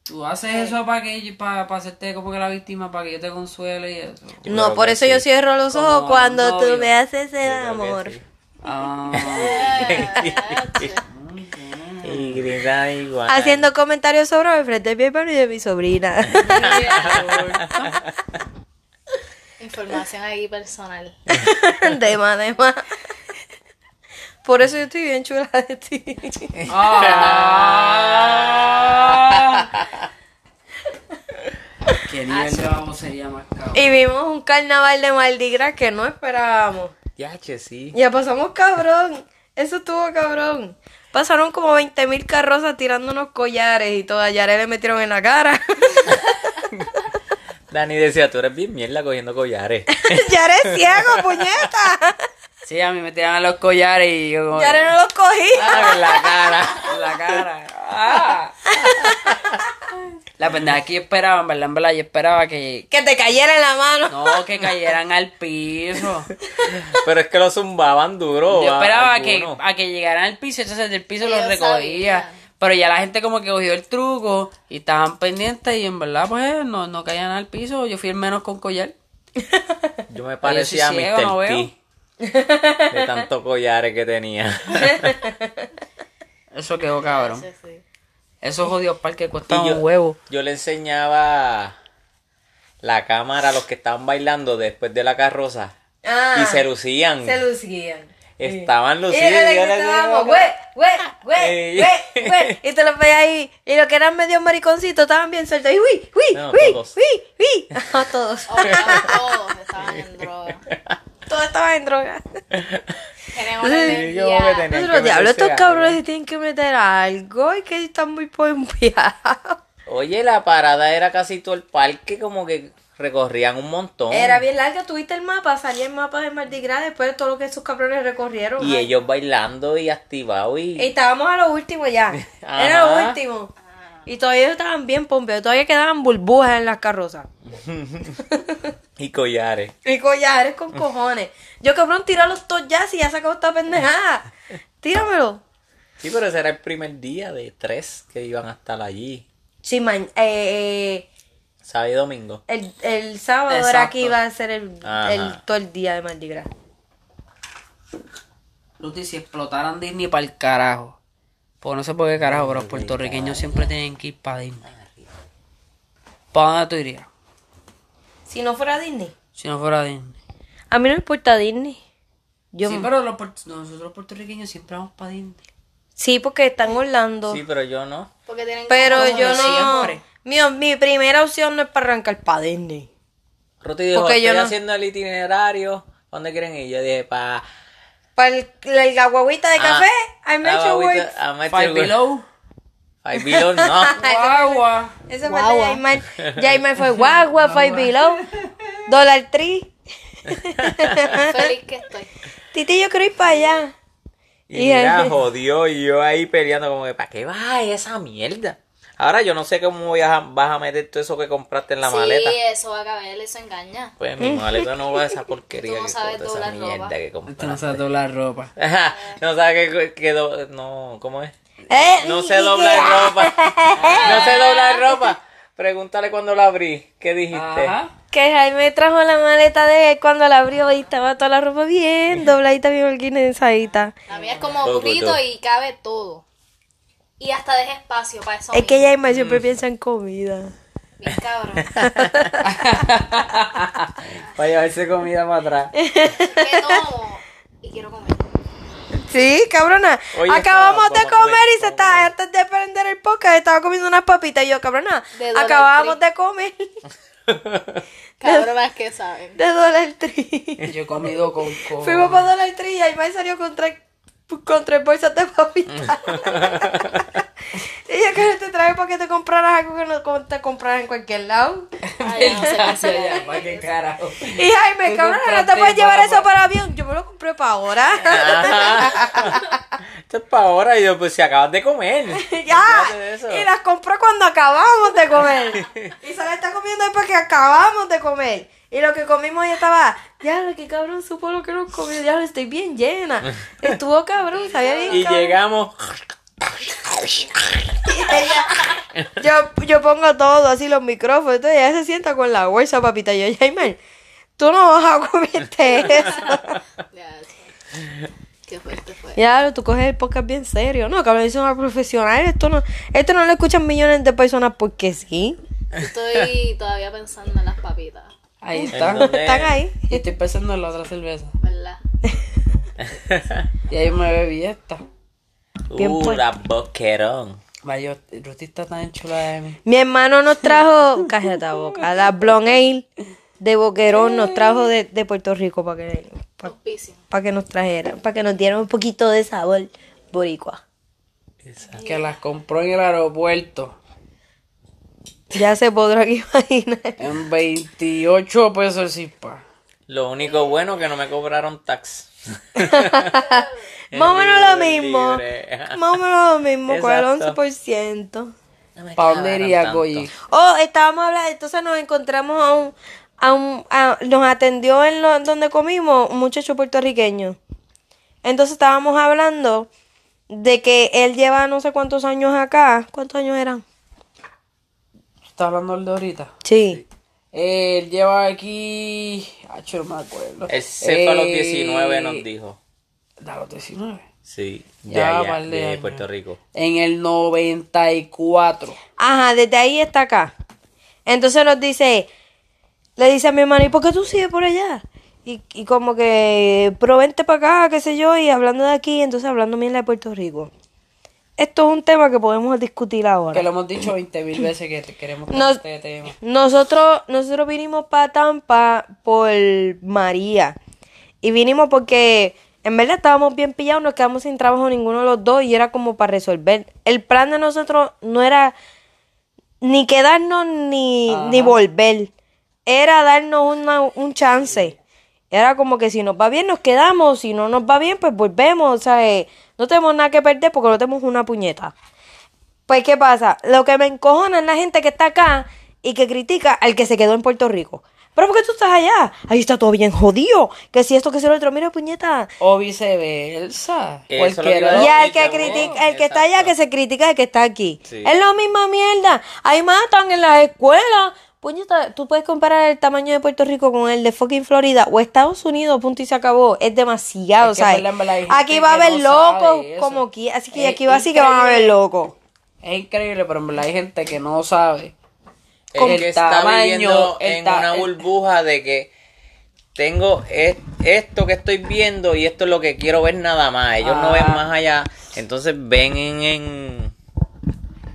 Speaker 1: tú haces eso para que para hacerte como que la víctima para que yo te consuele y
Speaker 2: *laughs*
Speaker 1: eso.
Speaker 3: Yo
Speaker 2: no,
Speaker 3: creo
Speaker 2: por
Speaker 3: que
Speaker 2: eso
Speaker 3: sí.
Speaker 2: yo cierro los
Speaker 1: Como
Speaker 2: ojos
Speaker 1: un
Speaker 2: cuando tú
Speaker 1: novio.
Speaker 2: me haces el
Speaker 3: Yo creo que
Speaker 2: amor.
Speaker 3: sí.
Speaker 1: Ah,
Speaker 3: Y grita igual.
Speaker 2: Haciendo comentarios sobre el frente de mi hermano y de mi
Speaker 3: *laughs*
Speaker 2: sobrina.
Speaker 4: Información aquí personal.
Speaker 2: de más, de más. Por eso yo estoy bien chula de ti.
Speaker 1: Ah. ¿Qué nivel de sería más cabrón?
Speaker 2: Y vimos un carnaval de Mardi Gras que no esperábamos.
Speaker 3: Ya, sí.
Speaker 2: Ya pasamos cabrón. Eso estuvo cabrón. Pasaron como 20.000 carrozas tirando unos collares y todo. A Yare le metieron en la
Speaker 3: *laughs*
Speaker 2: cara.
Speaker 3: Dani decía, tú eres bien mierda cogiendo collares. *laughs*
Speaker 2: Yare es ciego, puñeta.
Speaker 1: Sí, a mí me tiran los collares y yo como...
Speaker 2: Yare no los cogía.
Speaker 1: Ah, en la cara. En la cara. Ah. La pendeja que yo esperaba, en verdad, en verdad, yo esperaba que...
Speaker 2: Que te cayera en la mano.
Speaker 1: No, que cayeran al piso.
Speaker 3: Pero es que lo zumbaban duro.
Speaker 1: Yo
Speaker 3: a-
Speaker 1: esperaba a que,
Speaker 3: algunos.
Speaker 1: a que llegaran al piso, entonces del piso
Speaker 4: Y
Speaker 1: los
Speaker 4: ellos
Speaker 1: recogía.
Speaker 4: sabían.
Speaker 1: Pero ya la gente como que cogió el truco y estaban pendientes y en verdad pues no, no caían al piso. Yo fui el menos con collar.
Speaker 3: Yo
Speaker 1: Pero yo soy
Speaker 3: me parecía
Speaker 1: ciego,
Speaker 3: a Mr.
Speaker 1: no veo.
Speaker 3: T. De tantos collares que tenía.
Speaker 1: Eso quedó cabrón.
Speaker 4: Sí, sí.
Speaker 1: Esos jodidos parques cuestan
Speaker 3: Y yo-
Speaker 1: un huevo.
Speaker 3: Yo le enseñaba la cámara a los que estaban bailando después de la carroza.
Speaker 2: Ah,
Speaker 3: y se lucían.
Speaker 2: se lucían.
Speaker 3: Estaban
Speaker 2: Y
Speaker 3: lucidos.
Speaker 2: era de
Speaker 3: yo
Speaker 2: que
Speaker 3: les
Speaker 2: estábamos,
Speaker 3: decía,
Speaker 2: güey, güey, güey,
Speaker 3: Ey.
Speaker 2: güey, güey. Y te los veías ahí. Y los que eran medio mariconcitos estaban bien sueltos. Y uy, uy,
Speaker 3: No,
Speaker 2: uy,
Speaker 3: todos.
Speaker 2: uy, uy. *laughs* No, todos.
Speaker 4: Oh, estaban todos estaban en droga.
Speaker 2: Todos estaban en droga.
Speaker 4: Tenemos
Speaker 2: Sí,
Speaker 4: una
Speaker 3: yo como que este
Speaker 4: energía.
Speaker 3: tenía-
Speaker 2: Nosotros, diablo,
Speaker 3: meterse
Speaker 2: estos cabrones
Speaker 3: algo.
Speaker 2: se tienen que meter algo y que están muy pompeados.
Speaker 3: Oye, la parada era casi todo el parque, como que recorrían un montón.
Speaker 2: Era bien larga, tuviste el mapa, salía el mapa de Mardi Gras después de todo lo que esos cabrones recorrieron.
Speaker 3: Y
Speaker 2: ay. Eh.
Speaker 3: ellos bailando y activados y...
Speaker 2: Y estábamos a lo último
Speaker 3: *laughs*
Speaker 2: ya. Era
Speaker 3: Ajá.
Speaker 2: lo último. Y todavía ellos estaban bien pompeados, todavía quedaban burbujas en las carrozas.
Speaker 3: y collares.
Speaker 2: Y collares con
Speaker 3: Mm.
Speaker 2: cojones. Yo cabrón, tíralos todos ya si ya sacó esta
Speaker 3: *laughs*
Speaker 2: pendejada. Tíramelo.
Speaker 3: Sí, pero ese era el primer día de tres que iban a estar allí.
Speaker 2: Sí, man, eh, eh,
Speaker 3: Sábado y domingo.
Speaker 2: el, el sábado era
Speaker 1: Exacto.
Speaker 2: que iba a ser el,
Speaker 3: Ajá.
Speaker 2: el- todo el día de Mardi Gras.
Speaker 1: Luti, si explotaran Disney para el carajo. Pues no sé por qué carajo, pero los puertorriqueños siempre tienen que ir para Disney. ¿Para dónde tú irías?
Speaker 2: Si no fuera Disney.
Speaker 1: Si no fuera Disney.
Speaker 2: A mí no me importa Disney. Yo
Speaker 1: sí, pero los puert- nosotros los puertorriqueños siempre vamos para Disney.
Speaker 2: Sí, porque están Orlando.
Speaker 3: Sí, pero yo no.
Speaker 4: Porque tienen
Speaker 2: pero
Speaker 1: como
Speaker 2: yo no.
Speaker 1: siempre.
Speaker 2: Mi, mi primera opción no es para arrancar para Disney.
Speaker 3: Ruti dijo,
Speaker 2: Porque yo
Speaker 3: estoy
Speaker 2: no-
Speaker 3: haciendo el itinerario. ¿Dónde quieren ir? Yo dije, pa...
Speaker 2: Para el, la, la guaguita de
Speaker 3: Ah,
Speaker 2: café, I
Speaker 3: ah,
Speaker 2: made you
Speaker 3: guaguita,
Speaker 2: work.
Speaker 3: ah, Metro
Speaker 1: Five
Speaker 3: World.
Speaker 1: Below,
Speaker 3: Five Below no.
Speaker 4: este
Speaker 1: Guagua.
Speaker 2: Ese fue
Speaker 4: Guagua.
Speaker 2: Jaime. Jaime fue guagua, Five Below, Dollar *laughs* Tree.
Speaker 4: feliz que estoy.
Speaker 2: Titi, yo quiero ir para allá.
Speaker 3: Y mira, jodió. Y yo ahí peleando como que, ¿para qué va esa mierda? Ahora yo no sé cómo voy a, vas a meter todo eso que compraste en la
Speaker 4: sí, eh.
Speaker 3: maleta.
Speaker 4: eso va a caber, eso engaña.
Speaker 3: Pues mi maleta no va a esa porquería
Speaker 4: Tú no
Speaker 3: que
Speaker 4: sabes
Speaker 3: compré, esa
Speaker 4: doblar
Speaker 3: mierda
Speaker 4: ropa.
Speaker 3: que
Speaker 1: Tú Este no
Speaker 3: compraste.
Speaker 1: sabes doblar ropa.
Speaker 3: Ajá, no sabes que quedó, no, ¿cómo es?
Speaker 2: Eh,
Speaker 3: No
Speaker 2: y-
Speaker 3: sé
Speaker 2: y-
Speaker 3: doblar ropa. No sé doblar ropa. Pregúntale cuando la abrí, ¿qué dijiste?
Speaker 1: Ajá.
Speaker 2: Que Jaime trajo la maleta de él cuando la abrió y estaba toda la ropa bien dobladita, bien holguinensadita.
Speaker 4: La mía es como
Speaker 3: Todo,
Speaker 4: burrito
Speaker 3: todo.
Speaker 4: y cabe todo. Y hasta deja espacio para eso.
Speaker 2: Es que
Speaker 4: mismo.
Speaker 2: Jaime siempre piensa en comida.
Speaker 4: Bien cabrón.
Speaker 5: Para llevarse comida para atrás.
Speaker 4: Me tomo y quiero comer.
Speaker 2: Sí, cabrona.
Speaker 5: Oye,
Speaker 2: Acabamos
Speaker 5: estaba-
Speaker 2: de
Speaker 5: vamos a
Speaker 2: comer y
Speaker 5: comer,
Speaker 2: se estaba, antes de prender el podcast, estaba comiendo unas papitas. Y yo, cabrona,
Speaker 4: De Dollar
Speaker 2: acabábamos
Speaker 4: Tree.
Speaker 2: de comer *laughs*
Speaker 4: Cabronas que saben.
Speaker 2: de Dollar Tree.
Speaker 1: Yo he comido con con-
Speaker 3: Oh.
Speaker 2: Fuimos para Dollar Tree y Aymar salió con tres, con tres bolsas de
Speaker 3: *laughs*
Speaker 2: papitas. y yo, que te traje para que te compraras algo que no co- te compraras en cualquier lado.
Speaker 4: Ay, no sé
Speaker 1: *laughs*
Speaker 4: qué
Speaker 1: Ay,
Speaker 4: hacer.
Speaker 1: ya, pa' qué carajo.
Speaker 3: *laughs*
Speaker 2: Y Jaime,
Speaker 1: Tú
Speaker 2: cabrona, no te
Speaker 1: compraste
Speaker 2: puedes llevar
Speaker 1: papas.
Speaker 2: eso para avión. Yo me lo compré para ahora.
Speaker 3: Ah,
Speaker 2: *laughs*
Speaker 3: Ajá. Esto es para ahora y yo, pues si acabas de comer.
Speaker 2: ya.
Speaker 3: Olvídate de eso.
Speaker 2: Y las compró cuando acabamos de
Speaker 3: *laughs*
Speaker 2: comer. y se la está comiendo después que acabamos de comer. Y lo que comimos ya estaba, ya lo que cabrón supo lo que nos comió, ya lo estoy bien llena.
Speaker 3: *laughs*
Speaker 2: Estuvo cabrón, sabía bien
Speaker 3: Y
Speaker 2: cabrón.
Speaker 3: llegamos.
Speaker 2: yo, yo pongo todo, así los micrófonos, entonces ella se sienta con la bolsa, papita. Y yo, Jaime, tú no vas a comerte eso.
Speaker 4: Ya, sí. Qué fuerte fue.
Speaker 2: ya, tú coges el podcast bien serio. No, cabrón, es una profesional. Esto no, esto no lo escuchan millones de personas porque sí.
Speaker 4: Estoy todavía pensando en las papitas,
Speaker 1: Ahí
Speaker 3: ¿En
Speaker 1: está.
Speaker 3: dónde?
Speaker 2: Están ahí.
Speaker 1: Y estoy pensando en la otra cerveza.
Speaker 4: ¿verdad?
Speaker 1: *laughs* Y ahí me bebí esta.
Speaker 2: Bien
Speaker 3: uh,
Speaker 2: puesto.
Speaker 3: la boquerón.
Speaker 1: Vaya, Ruti está tan chula eh, de mí.
Speaker 2: Mi hermano nos trajo cajeta boca, la Blonde Ale de Boquerón nos trajo de, de Puerto Rico para que, pa-
Speaker 4: Auspicio.
Speaker 2: pa' que nos trajeran, para que nos dieran un poquito de sabor boricua.
Speaker 1: Que las compró en el aeropuerto.
Speaker 2: Ya se podrá *laughs* imaginar.
Speaker 1: En 28 pesos el cispa.
Speaker 3: Lo único bueno que no me cobraron tax.
Speaker 2: Más o menos lo
Speaker 3: Libre,
Speaker 2: mismo.
Speaker 3: libre.
Speaker 2: Más o menos lo mismo, con el
Speaker 3: Exacto.
Speaker 2: 11%.
Speaker 1: ¿Para dónde iría,
Speaker 3: tanto.
Speaker 1: Goyi?
Speaker 2: Oh, estábamos hablando, entonces nos encontramos a un, a un, a- nos atendió en lo- donde comimos un muchacho puertorriqueño. Entonces estábamos hablando de que él lleva no sé cuántos años acá. ¿Cuántos años eran?
Speaker 1: ¿Estás hablando el de ahorita?
Speaker 2: Sí.
Speaker 1: Él lleva aquí. Ah, yo no me acuerdo.
Speaker 3: Él se fue a los
Speaker 1: Eh,
Speaker 3: 19, nos dijo.
Speaker 1: A los 19.
Speaker 3: Sí, de
Speaker 1: Ya,
Speaker 3: allá,
Speaker 1: par de
Speaker 3: de
Speaker 1: años.
Speaker 3: Puerto Rico.
Speaker 1: En el 94.
Speaker 2: Ajá, desde ahí está acá. Entonces nos dice, le dice a mi hermano, ¿y por qué tú sigues por allá? Y, y como que, pero vente para acá, qué sé yo, y hablando de aquí, entonces hablando bien de Puerto Rico. Esto es un tema que podemos discutir ahora.
Speaker 1: Que lo hemos dicho 20 mil veces que te- queremos tocar
Speaker 2: Nos-
Speaker 1: este tema.
Speaker 2: Nosotros, nosotros vinimos para Tampa por María. Y vinimos porque en verdad estábamos bien pillados, nos quedamos sin trabajo ninguno de los dos y era como para resolver. El plan de nosotros no era ni quedarnos ni, ni volver. Era darnos una- un chance. Era como que si nos va bien nos quedamos, si no nos va bien pues volvemos. O sea, eh, no tenemos nada que perder porque no tenemos una puñeta. Pues, ¿qué pasa? Lo que me encojona es la gente que está acá y que critica al que se quedó en Puerto Rico. ¿Pero por qué tú estás allá? Ahí está todo bien jodido. Que si esto, que si lo otro, mira, puñeta.
Speaker 1: O viceversa.
Speaker 3: Eso es lo que
Speaker 1: Cualquiera.
Speaker 3: iba a
Speaker 2: Y
Speaker 1: de-
Speaker 3: decir.
Speaker 2: al que
Speaker 3: también,
Speaker 2: critica, el que está allá,
Speaker 3: exacto.
Speaker 2: que se critica al que está aquí.
Speaker 3: Sí.
Speaker 2: Es la misma mierda. Ahí matan en las escuelas. Puñeta, tú puedes comparar el tamaño de Puerto Rico con el de fucking Florida o Estados Unidos, punto y se acabó. Es demasiado,
Speaker 1: Es que,
Speaker 2: ¿sabes?
Speaker 1: en verdad, en verdad, hay gente
Speaker 2: Aquí va a
Speaker 1: que
Speaker 2: haber
Speaker 1: no sabe
Speaker 2: locos
Speaker 1: eso.
Speaker 2: como aquí, así que
Speaker 1: Es
Speaker 2: aquí va sí que van a haber
Speaker 1: increíble.
Speaker 2: locos.
Speaker 1: Es increíble, pero en verdad hay gente que no sabe.
Speaker 3: El
Speaker 1: El
Speaker 3: que está
Speaker 1: tamaño,
Speaker 3: viviendo
Speaker 1: el
Speaker 3: en
Speaker 1: ta-
Speaker 3: una
Speaker 1: el-
Speaker 3: burbuja de que tengo es- esto que estoy viendo y esto es lo que quiero ver nada más. Ellos no
Speaker 1: Ah.
Speaker 3: ven más allá. Entonces ven en, en,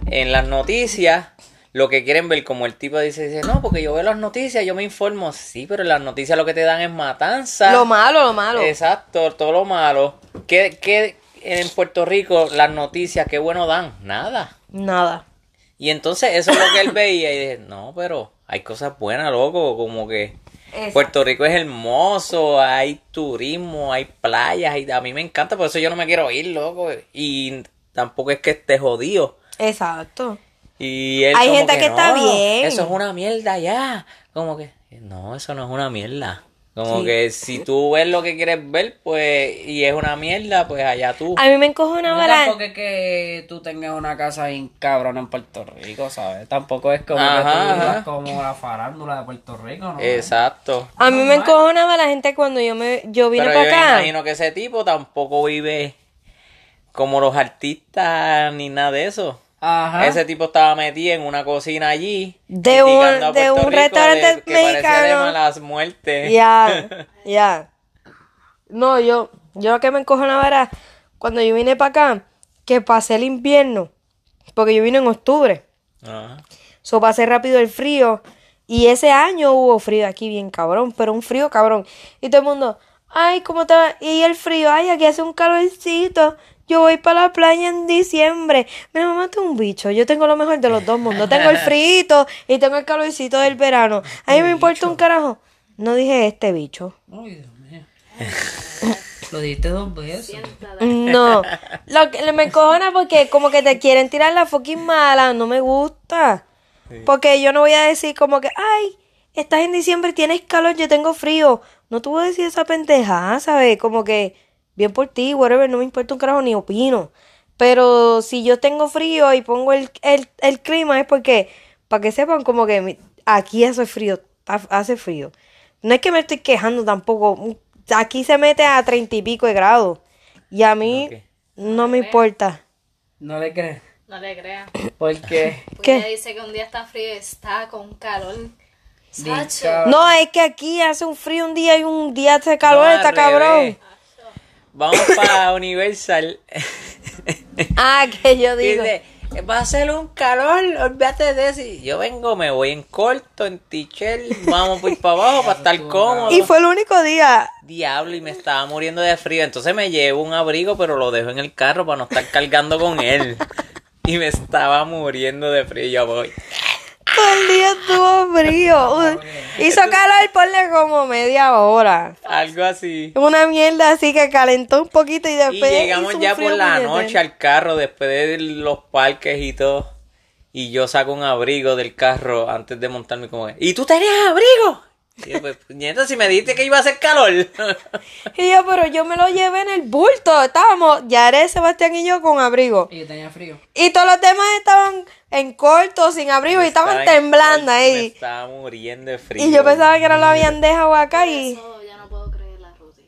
Speaker 3: en las noticias lo que quieren ver. Como el tipo dice, dice, no, porque yo veo las noticias, yo me informo. Sí, pero las noticias lo que te dan es matanza.
Speaker 2: Lo malo, lo malo.
Speaker 3: Exacto, todo lo malo. ¿Qué, qué en Puerto Rico las noticias, qué bueno dan? Nada.
Speaker 2: Nada.
Speaker 3: Y entonces eso es lo que él veía y dije, no, pero hay cosas buenas, loco, como que Puerto Rico es hermoso, hay turismo, hay playas, y a mí me encanta, por eso yo no me quiero ir, loco, y tampoco es que esté jodido.
Speaker 2: Exacto.
Speaker 3: Y él
Speaker 2: Hay
Speaker 3: como
Speaker 2: gente que está
Speaker 3: "No,
Speaker 2: bien".
Speaker 3: Eso es una mierda ya, como que, no, eso no es una mierda. Como que si tú ves lo que quieres ver, pues, y es una mierda, pues allá tú.
Speaker 2: A mí me
Speaker 1: No
Speaker 2: encojona ahora.
Speaker 1: tampoco es que tú tengas una casa bien cabrona en Puerto Rico, ¿sabes? Tampoco es como
Speaker 3: Ajá,
Speaker 1: que tú
Speaker 3: ajá.
Speaker 1: vivas como la farándula de Puerto Rico, ¿no?
Speaker 3: Exacto.
Speaker 2: A mí me encojonaba la gente cuando yo me yo vine
Speaker 3: Pero
Speaker 2: para
Speaker 3: yo
Speaker 2: acá.
Speaker 3: me imagino que ese tipo tampoco vive como los artistas ni nada de eso.
Speaker 1: Ajá.
Speaker 3: Ese tipo estaba metido en una cocina allí.
Speaker 2: Ah. De
Speaker 3: criticando
Speaker 2: un- de
Speaker 3: a Puerto
Speaker 2: un
Speaker 3: Rico
Speaker 2: restaurante
Speaker 3: que parecía de
Speaker 2: mexicano.
Speaker 3: malas muertes. *laughs*
Speaker 2: Ya, ya. No, yo, yo que me encojonaba era cuando yo vine para acá, que pasé el invierno, porque yo vine en octubre,
Speaker 3: Ajá.
Speaker 2: so pasé rápido el frío, y ese año hubo frío aquí bien cabrón, pero un frío cabrón, y todo el mundo, ay, ¿cómo te va? Y el frío, ay, aquí hace un calorcito, yo voy para la playa en diciembre, mi mamá tú un bicho, yo tengo lo mejor de los dos mundos, tengo el frío y tengo el calorcito del verano, a mí me importa un carajo, no dije este bicho.
Speaker 1: Uy, Dios mío. *laughs* Lo dijiste dos veces.
Speaker 2: Mm, No, lo que me encojona porque como que te quieren tirar la fucking mala, no me gusta. Porque yo no voy a decir como que, ay, estás en diciembre, tienes calor, yo tengo frío. No te voy a decir esa pendejada, ¿sabes? Como que, bien por ti, whatever, no me importa un carajo ni opino. Pero si yo tengo frío y pongo el, el, el clima es porque, para que sepan como que mi- aquí hace frío, ha- hace frío. No es que me estoy quejando tampoco. Aquí se mete a treinta y pico de grados. Y a mí
Speaker 3: Ok.
Speaker 2: no me importa.
Speaker 1: No le crees.
Speaker 4: No le crean.
Speaker 1: ¿Por qué?
Speaker 4: Porque
Speaker 2: ¿Qué?
Speaker 4: ella dice que un día está frío y está con calor. Sacho.
Speaker 1: Dica.
Speaker 2: No, es que aquí hace un frío un día y un día hace calor,
Speaker 3: Ah.
Speaker 2: está
Speaker 3: No, al revés. *laughs*
Speaker 2: cabrón.
Speaker 3: Vamos
Speaker 2: *coughs*
Speaker 3: para Universal.
Speaker 2: Ah, que yo digo.
Speaker 3: Dice, va a ser un calor, olvídate de eso. Y Yo vengo, me voy en corto, en tichel, vamos por para abajo para estar cómodo.
Speaker 2: Y fue el único día.
Speaker 3: Diablo, y me estaba muriendo de frío. Entonces me llevo un abrigo, pero lo dejo en el carro para no estar cargando
Speaker 2: *laughs*
Speaker 3: con él. Y me estaba muriendo de frío. Yo voy.
Speaker 2: Todo el día estuvo
Speaker 3: *laughs*
Speaker 2: frío. Un- Hizo calor, ponle como media hora.
Speaker 3: Algo así.
Speaker 2: Una mierda así que calentó un poquito y
Speaker 3: Y
Speaker 2: después.
Speaker 3: llegamos
Speaker 2: hizo un
Speaker 3: ya por
Speaker 2: frío
Speaker 3: la
Speaker 2: puñetero.
Speaker 3: noche al carro, después de los parques y todo. Y yo saco un abrigo del carro antes de montarme como que, ¿Y tú tenías abrigo? Y yo, pues, puñeta, si me dijiste que iba a hacer
Speaker 2: *laughs*
Speaker 3: calor.
Speaker 2: Y yo, pero yo me lo llevé en el bulto. Estábamos Yaré, Sebastián y yo con abrigo.
Speaker 1: *laughs* Y yo tenía *laughs* frío.
Speaker 2: Y todos los demás estaban en corto, sin abrigo, y estaban
Speaker 3: Estaba en
Speaker 2: temblando
Speaker 3: corto, Me
Speaker 2: ahí.
Speaker 3: estaba muriendo de frío.
Speaker 2: Y yo pensaba que no lo habían dejado acá y...
Speaker 4: Eso ya no puedo creer la Ruti.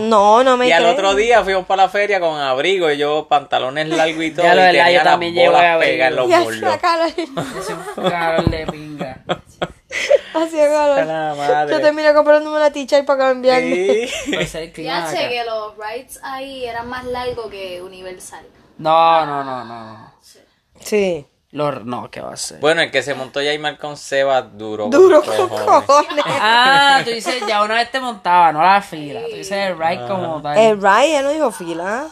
Speaker 2: *laughs* No, no me
Speaker 3: Y al
Speaker 2: creen.
Speaker 3: otro día fuimos para la feria con abrigo y yo pantalones
Speaker 1: *laughs*
Speaker 3: largos y todo.
Speaker 1: Ya lo
Speaker 3: y
Speaker 1: verdad,
Speaker 3: tenía
Speaker 1: yo
Speaker 3: las
Speaker 1: también llevo
Speaker 3: bolas
Speaker 1: abrigo.
Speaker 3: pegadas en los
Speaker 2: Y
Speaker 3: muslos.
Speaker 2: hacía *laughs*
Speaker 3: *laughs*
Speaker 2: calor.
Speaker 1: Hace un calor de *laughs* pinga.
Speaker 2: Hacía
Speaker 3: La
Speaker 2: calor.
Speaker 3: madre.
Speaker 2: Yo terminé comprándome una t-shirt para cambiarme.
Speaker 3: Sí.
Speaker 1: Pues el clima
Speaker 4: Ya
Speaker 1: acá.
Speaker 4: sé que los rides ahí eran más largos que Universal.
Speaker 1: No, no, no, no. no.
Speaker 2: *laughs* Sí.
Speaker 1: Lo- no, ¿qué va a ser?
Speaker 3: Bueno, el que se montó ya mal con Seba duro. con
Speaker 2: Duro con
Speaker 3: cojones. *laughs*
Speaker 2: cojones.
Speaker 1: Ah, tú dices, ya una vez te montaba, no la fila. Tú dices el ride como tal.
Speaker 4: Eh.
Speaker 2: El Eh, Ryan no dijo fila.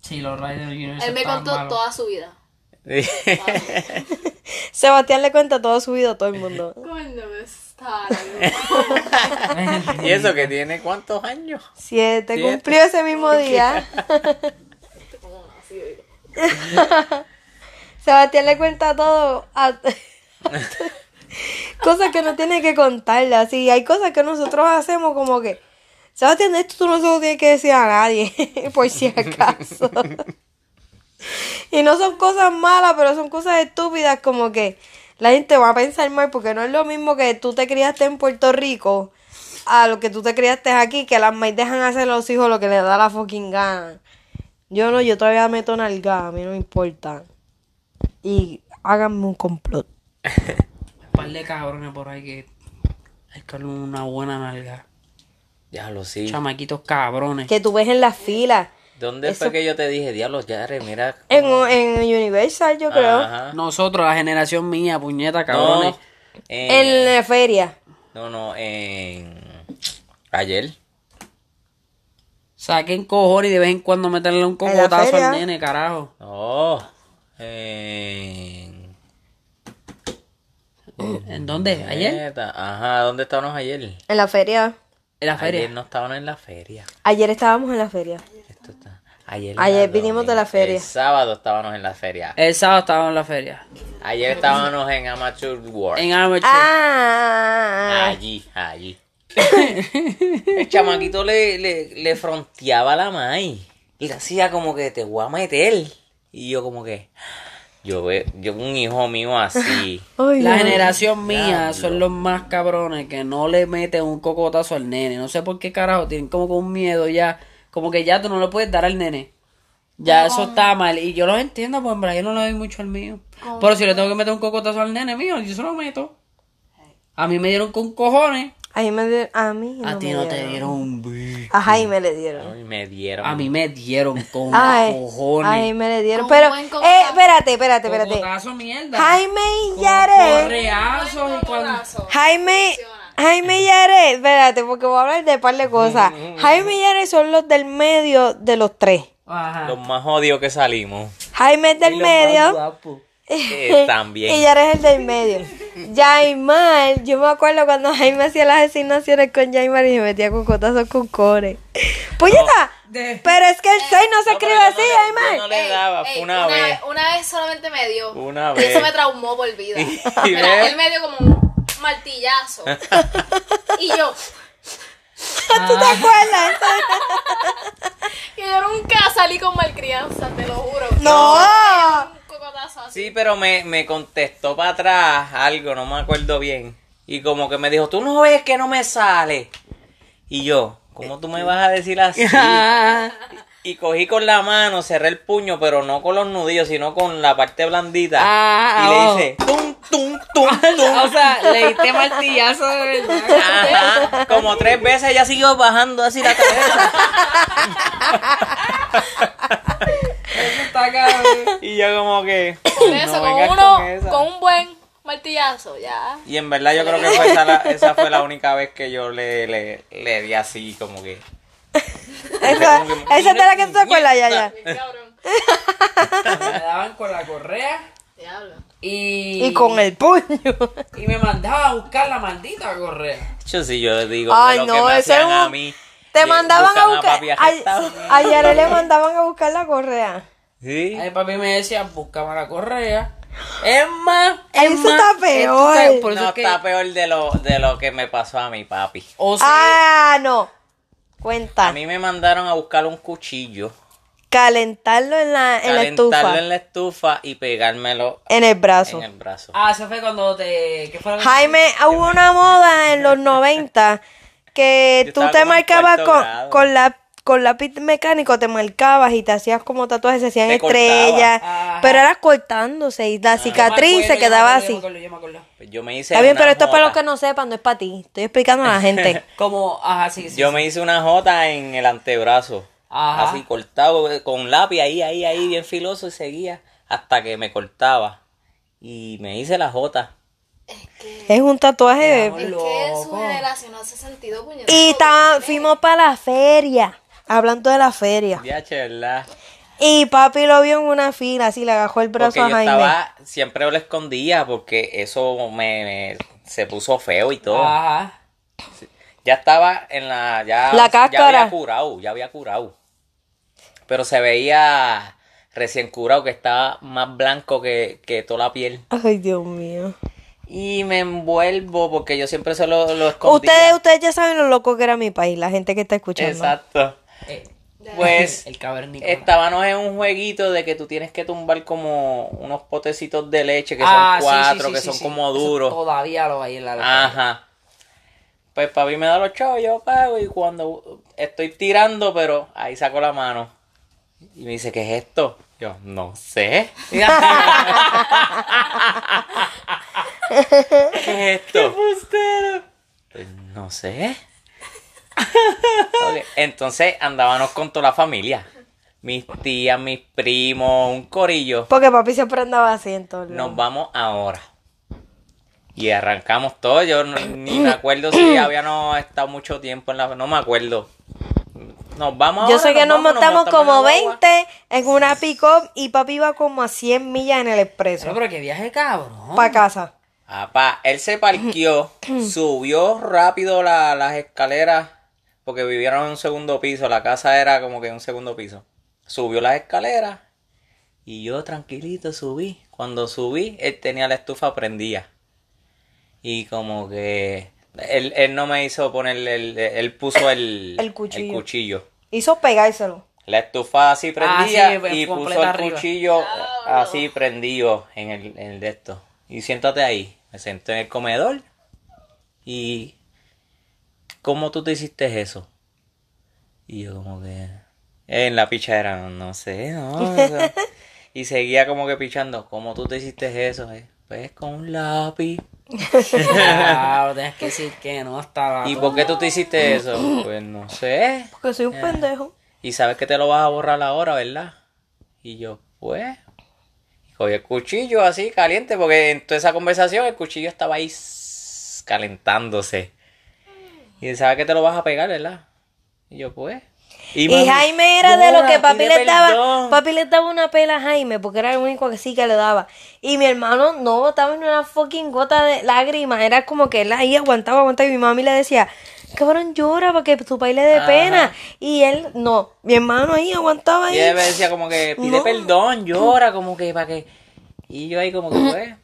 Speaker 1: Sí, los rides de Universal.
Speaker 4: Él me
Speaker 1: estaban
Speaker 4: contó
Speaker 1: malos.
Speaker 4: toda su vida.
Speaker 3: *laughs* Sí.
Speaker 2: Sebastián le cuenta todo su vida a todo el mundo.
Speaker 4: Coño, me *laughs*
Speaker 3: y eso que tiene cuántos años.
Speaker 2: Siete.
Speaker 3: Siete.
Speaker 2: Cumplió ese mismo día. Sebastián le cuenta todo a- cosas que no tiene que contarle. Así, hay cosas que nosotros hacemos como que. Sebastián, esto tú no se lo tienes que decir a nadie, *laughs* por si acaso. *laughs* y no son cosas malas, pero son cosas estúpidas como que la gente va a pensar mal porque no es lo mismo que tú te criaste en Puerto Rico a lo que tú te criaste aquí, que las maíz dejan hacer a los hijos lo que les da la fucking gana. Yo no, yo todavía meto nalgada, a mí no me importa. Y háganme un complot.
Speaker 1: Un par de cabrones por ahí que. Hay que darle una buena nalga.
Speaker 3: Diablo, sí.
Speaker 1: Chamaquitos cabrones.
Speaker 2: Que tú ves en las filas.
Speaker 3: ¿Dónde fue que yo te dije, diablo, Yare, mira?
Speaker 2: En, en Universal, yo creo.
Speaker 3: Ajá.
Speaker 1: Nosotros, la generación mía, puñeta, cabrones.
Speaker 3: No, en-
Speaker 2: En la feria.
Speaker 3: no, no, en... Ayer.
Speaker 1: Saquen cojones y de vez en cuando meterle un cocotazo
Speaker 2: feria.
Speaker 1: al nene, carajo.
Speaker 3: No, Oh, en...
Speaker 1: ¿En dónde? ¿Ayer?
Speaker 3: Neta, Ajá, ¿dónde estábamos ayer?
Speaker 2: En la feria.
Speaker 1: En la feria.
Speaker 3: Ayer no estábamos en la feria.
Speaker 2: Ayer estábamos en la feria.
Speaker 3: Esto está- Ayer,
Speaker 2: Ayer
Speaker 3: era
Speaker 2: vinimos de la
Speaker 3: domingo.
Speaker 2: feria.
Speaker 3: El sábado estábamos en la feria.
Speaker 1: El sábado estábamos en la feria.
Speaker 3: Ayer estábamos en Amateur World.
Speaker 1: En Amateur.
Speaker 2: Ah,
Speaker 3: Allí, allí. El chamaquito le, le, le fronteaba a la May. Y le hacía como que te voy a meter. Y yo como que... Yo veo yo un hijo mío así.
Speaker 2: Ay,
Speaker 1: La
Speaker 2: Dios.
Speaker 1: generación mía
Speaker 3: Diablo.
Speaker 1: son los más cabrones que no le meten un cocotazo al nene. No sé por qué carajo, tienen como que un miedo ya. Como que ya tú no le puedes dar al nene. Ya eso está mal. Y yo los entiendo, pues en verdad yo no le doy mucho al mío. Pero si le tengo que meter un cocotazo al nene mío, yo se lo meto. A mí me dieron con cojones.
Speaker 2: A mí me dieron. A mí.
Speaker 1: A
Speaker 2: no
Speaker 1: ti
Speaker 2: me
Speaker 1: no
Speaker 2: dieron.
Speaker 1: te dieron un bicho.
Speaker 2: A Jaime le dieron.
Speaker 3: Ay, me dieron.
Speaker 1: A mí me dieron con
Speaker 2: *laughs* Ay,
Speaker 1: cojones.
Speaker 2: a Jaime le dieron.
Speaker 4: Con
Speaker 2: Pero.
Speaker 4: buen cocotazo.
Speaker 2: Eh, espérate, espérate, espérate.
Speaker 1: Cocotazo, mierda.
Speaker 2: Jaime y Yaret.
Speaker 1: Correazos y cuando...
Speaker 2: Jaime. Jaime y Yaret. Espérate, porque voy a hablar de un par
Speaker 1: *laughs*
Speaker 2: de cosas. Jaime y Yaret son los del medio de los tres.
Speaker 1: Ajá.
Speaker 3: Los más odios que salimos.
Speaker 2: Jaime es del medio. *laughs*
Speaker 3: Eh, también.
Speaker 2: Y Yaret es el del medio. Yaimar, yo me acuerdo cuando Jaime hacía las asignaciones con Yaimar y se metía con cotazos con core. Puñeta,
Speaker 1: De-
Speaker 2: pero es que el 6 no se
Speaker 3: No, pero
Speaker 2: escribe
Speaker 3: yo no
Speaker 2: así,
Speaker 3: le- yo
Speaker 2: Yaimar.
Speaker 3: no le daba, fue
Speaker 4: Ey,
Speaker 3: una vez.
Speaker 4: Una vez solamente me dio.
Speaker 3: Una
Speaker 4: Y eso
Speaker 3: vez.
Speaker 4: me traumó por
Speaker 3: *laughs*
Speaker 4: vida.
Speaker 3: Y
Speaker 4: Mira,
Speaker 3: ve.
Speaker 4: él me dio como un martillazo.
Speaker 3: *laughs*
Speaker 4: y yo,
Speaker 2: ¿Tú te
Speaker 3: *laughs*
Speaker 2: acuerdas?
Speaker 4: que yo nunca salí con malcrianza, te lo juro.
Speaker 2: No.
Speaker 4: Un cocotazo así.
Speaker 3: Sí, pero me, me contestó para atrás algo, no me acuerdo bien. Y como que me dijo, tú no ves que no me sale. Y yo, ¿cómo tú me vas a decir
Speaker 4: *laughs*
Speaker 3: así?
Speaker 1: Ah.
Speaker 2: *laughs*
Speaker 3: y cogí con la mano, cerré el puño, pero no con los nudillos, sino con la parte blandita.
Speaker 1: Ah,
Speaker 4: oh.
Speaker 3: y le hice, tum, tum,
Speaker 4: *laughs*
Speaker 3: tum, tum.
Speaker 1: O
Speaker 2: *laughs*
Speaker 1: sea, le diste martillazo de verdad.
Speaker 3: Ajá, como tres veces ella siguió bajando así la cabeza.
Speaker 1: Eso está cabrón.
Speaker 3: *laughs* Y yo como que...
Speaker 4: Con
Speaker 3: "No
Speaker 4: eso, con
Speaker 3: vengas
Speaker 4: uno,
Speaker 3: con esa".
Speaker 4: con, un buen martillazo, ya.
Speaker 3: Y en verdad yo creo que fue esa, la- esa fue la única vez que yo le, le, le di así, como que...
Speaker 2: Esa, esa es de la que tú te acuerdas, Yaya.
Speaker 4: Bien cabrón.
Speaker 1: Me daban con la correa
Speaker 4: Diablo.
Speaker 1: y.
Speaker 2: Y con el puño.
Speaker 1: y me mandaba a buscar la maldita correa.
Speaker 3: Yo sí, yo digo,
Speaker 2: Ay,
Speaker 3: lo
Speaker 2: no,
Speaker 3: que me
Speaker 2: eso es
Speaker 3: hacían a
Speaker 2: un-
Speaker 3: mí.
Speaker 2: Te
Speaker 3: le-
Speaker 2: mandaban a
Speaker 3: buscan
Speaker 2: buscar.
Speaker 3: papi arrestado.
Speaker 2: A, a Yaret le mandaban a buscar la correa.
Speaker 3: Sí.
Speaker 1: Ahí papi me decía, buscaba la correa. Es más.
Speaker 2: Eso
Speaker 1: es más,
Speaker 2: está
Speaker 1: esto
Speaker 2: peor.
Speaker 1: está- Por eso
Speaker 3: no,
Speaker 1: es que.
Speaker 3: está peor de lo, de lo que me pasó a mi papi.
Speaker 1: O sea,
Speaker 2: Ah, no.
Speaker 3: A
Speaker 2: Cuenta.
Speaker 3: Oh, mí me mandaron a buscar un cuchillo,
Speaker 2: Calentarlo en la, en la
Speaker 3: calentarlo
Speaker 2: estufa.
Speaker 3: en la estufa y pegármelo
Speaker 2: En el brazo.
Speaker 3: en el brazo.
Speaker 1: ah, eso fue cuando te. ¿Qué fue lo que-
Speaker 2: Jaime, hubo una moda en los 90 que
Speaker 1: *laughs*
Speaker 3: Yo
Speaker 2: tú
Speaker 3: estaba
Speaker 2: te
Speaker 3: como en
Speaker 2: marcabas
Speaker 3: cuarto
Speaker 2: con,
Speaker 3: grado.
Speaker 2: con la con lápiz mecánico te marcabas y te hacías como tatuajes, se hacían
Speaker 3: Te cortaba.
Speaker 2: estrellas,
Speaker 1: Ajá. Ah,
Speaker 2: pero eras cortándose y
Speaker 1: Yo
Speaker 2: la
Speaker 1: me
Speaker 2: cicatriz
Speaker 1: acuerdo,
Speaker 2: se quedaba
Speaker 1: yo me
Speaker 2: así.
Speaker 1: acuerdo, yo me acuerdo, yo me acuerdo.
Speaker 3: Pues Yo me hice
Speaker 2: Está bien,
Speaker 3: una
Speaker 2: pero esto es para los
Speaker 3: jota.
Speaker 2: que no sepan, no es para ti. Estoy explicando a
Speaker 1: *laughs*
Speaker 2: la gente.
Speaker 1: Como, ajá, sí, sí.
Speaker 3: Yo me hice una jota en el antebrazo.
Speaker 1: Ajá.
Speaker 3: Así cortado eh, con lápiz ahí, ahí, ahí, bien filoso y seguía hasta que me cortaba. Y me hice la jota.
Speaker 4: Es que,
Speaker 2: Es un tatuaje.
Speaker 1: amor.
Speaker 4: es que su
Speaker 1: Loco.
Speaker 4: generación no hace sentido, puñetazo.
Speaker 2: Y ta- fuimos para la feria, hablando de la feria.
Speaker 3: Ya, ¿verdad?
Speaker 2: Y papi lo vio en una fila, así le agajó el brazo
Speaker 3: Porque
Speaker 2: a
Speaker 3: yo
Speaker 2: Jaime.
Speaker 3: estaba, siempre lo escondía porque eso me, me- se puso feo y todo.
Speaker 2: Ah.
Speaker 1: Ajá.
Speaker 3: Ya estaba en la, ya,
Speaker 2: La
Speaker 3: ya
Speaker 2: cáscara.
Speaker 3: había curado, ya había curado. Pero se veía recién curado que estaba más blanco que, que toda la piel.
Speaker 2: Ay, Dios mío.
Speaker 3: Y me envuelvo porque yo siempre se lo, lo escondía.
Speaker 2: Ustedes, ustedes ya saben lo loco que era mi país, la gente que está escuchando.
Speaker 3: Exacto.
Speaker 1: Eh,
Speaker 3: *laughs* Pues
Speaker 1: el cavernícola.
Speaker 3: estábamos en un jueguito de que tú tienes que tumbar como unos potecitos de leche que
Speaker 1: Ah,
Speaker 3: son
Speaker 1: sí, sí,
Speaker 3: cuatro,
Speaker 1: sí,
Speaker 3: que
Speaker 1: sí,
Speaker 3: son
Speaker 1: sí.
Speaker 3: como
Speaker 1: Eso
Speaker 3: duros.
Speaker 1: Todavía lo hay en la
Speaker 3: Ajá. Pues papi me da los chavos, yo pago y cuando estoy tirando, pero ahí saco la mano. Y me dice, ¿qué es esto? Yo, no sé. ¿Qué es esto? Pues, no sé. *laughs* Ok, Entonces andábamos con toda la familia. Mis tías, mis primos, un corillo.
Speaker 2: Porque papi siempre andaba así en todos
Speaker 3: Nos
Speaker 2: lados.
Speaker 3: vamos ahora. Y arrancamos todo. Yo no- ni me acuerdo si habíamos estado mucho tiempo en la. No me acuerdo. Nos vamos
Speaker 2: Yo
Speaker 3: ahora,
Speaker 2: sé que nos,
Speaker 3: vamos,
Speaker 2: montamos
Speaker 3: en la
Speaker 2: como
Speaker 3: guagua.
Speaker 2: 20 en una pick-up y papi iba como a 100 millas en el expreso.
Speaker 1: Pero, pero qué viaje cabrón.
Speaker 2: Para casa.
Speaker 3: Apá, él se parqueó, subió rápido la- las escaleras, porque vivieron en un segundo piso, la casa era como que en un segundo piso. Subió las escaleras y yo tranquilito subí. Cuando subí, él tenía la estufa prendida. Y como que él, él no me hizo ponerle, el- él puso el,
Speaker 2: El cuchillo.
Speaker 3: cuchillo.
Speaker 2: Hizo pegárselo.
Speaker 3: La estufa así prendida
Speaker 1: sí, pues,
Speaker 3: y puso el
Speaker 1: completa arriba.
Speaker 3: cuchillo así prendido en el, en el de esto. Y siéntate ahí. Me senté en el comedor. ¿Y cómo tú te hiciste eso? Y yo como que En la pichadera, no, no sé,
Speaker 1: *laughs*
Speaker 3: no. eso. Y seguía como que pichando. ¿Cómo tú te hiciste eso? eh? Pues con un lápiz.
Speaker 1: Claro, tienes que decir que no hasta la...
Speaker 3: ¿Y por qué tú te hiciste eso? Pues no sé.
Speaker 2: Porque soy un pendejo.
Speaker 3: Y sabes que te lo vas a borrar ahora, ¿verdad? Y yo, pues. Y cogí el cuchillo así, caliente, porque en toda esa conversación el cuchillo estaba ahí s- calentándose. Y sabes que te lo vas a pegar, ¿verdad? Y yo, pues.
Speaker 2: Y,
Speaker 3: mami,
Speaker 2: Jaime era de
Speaker 3: llora,
Speaker 2: lo que papi
Speaker 3: pide
Speaker 2: le daba.
Speaker 3: perdón.
Speaker 2: Papi le daba una pela a Jaime porque era el único que sí que le daba. Y mi hermano no botaba ni una fucking gota de lágrimas. Era como que él ahí aguantaba, aguantaba. Y mi mami le decía, cabrón, llora para que tu país le dé pena. Y él, no. Mi hermano ahí aguantaba ahí.
Speaker 3: Y él me decía como que pide
Speaker 2: No.
Speaker 3: perdón, llora, como que para que. Y yo ahí
Speaker 2: *clears throat*
Speaker 3: como que pues.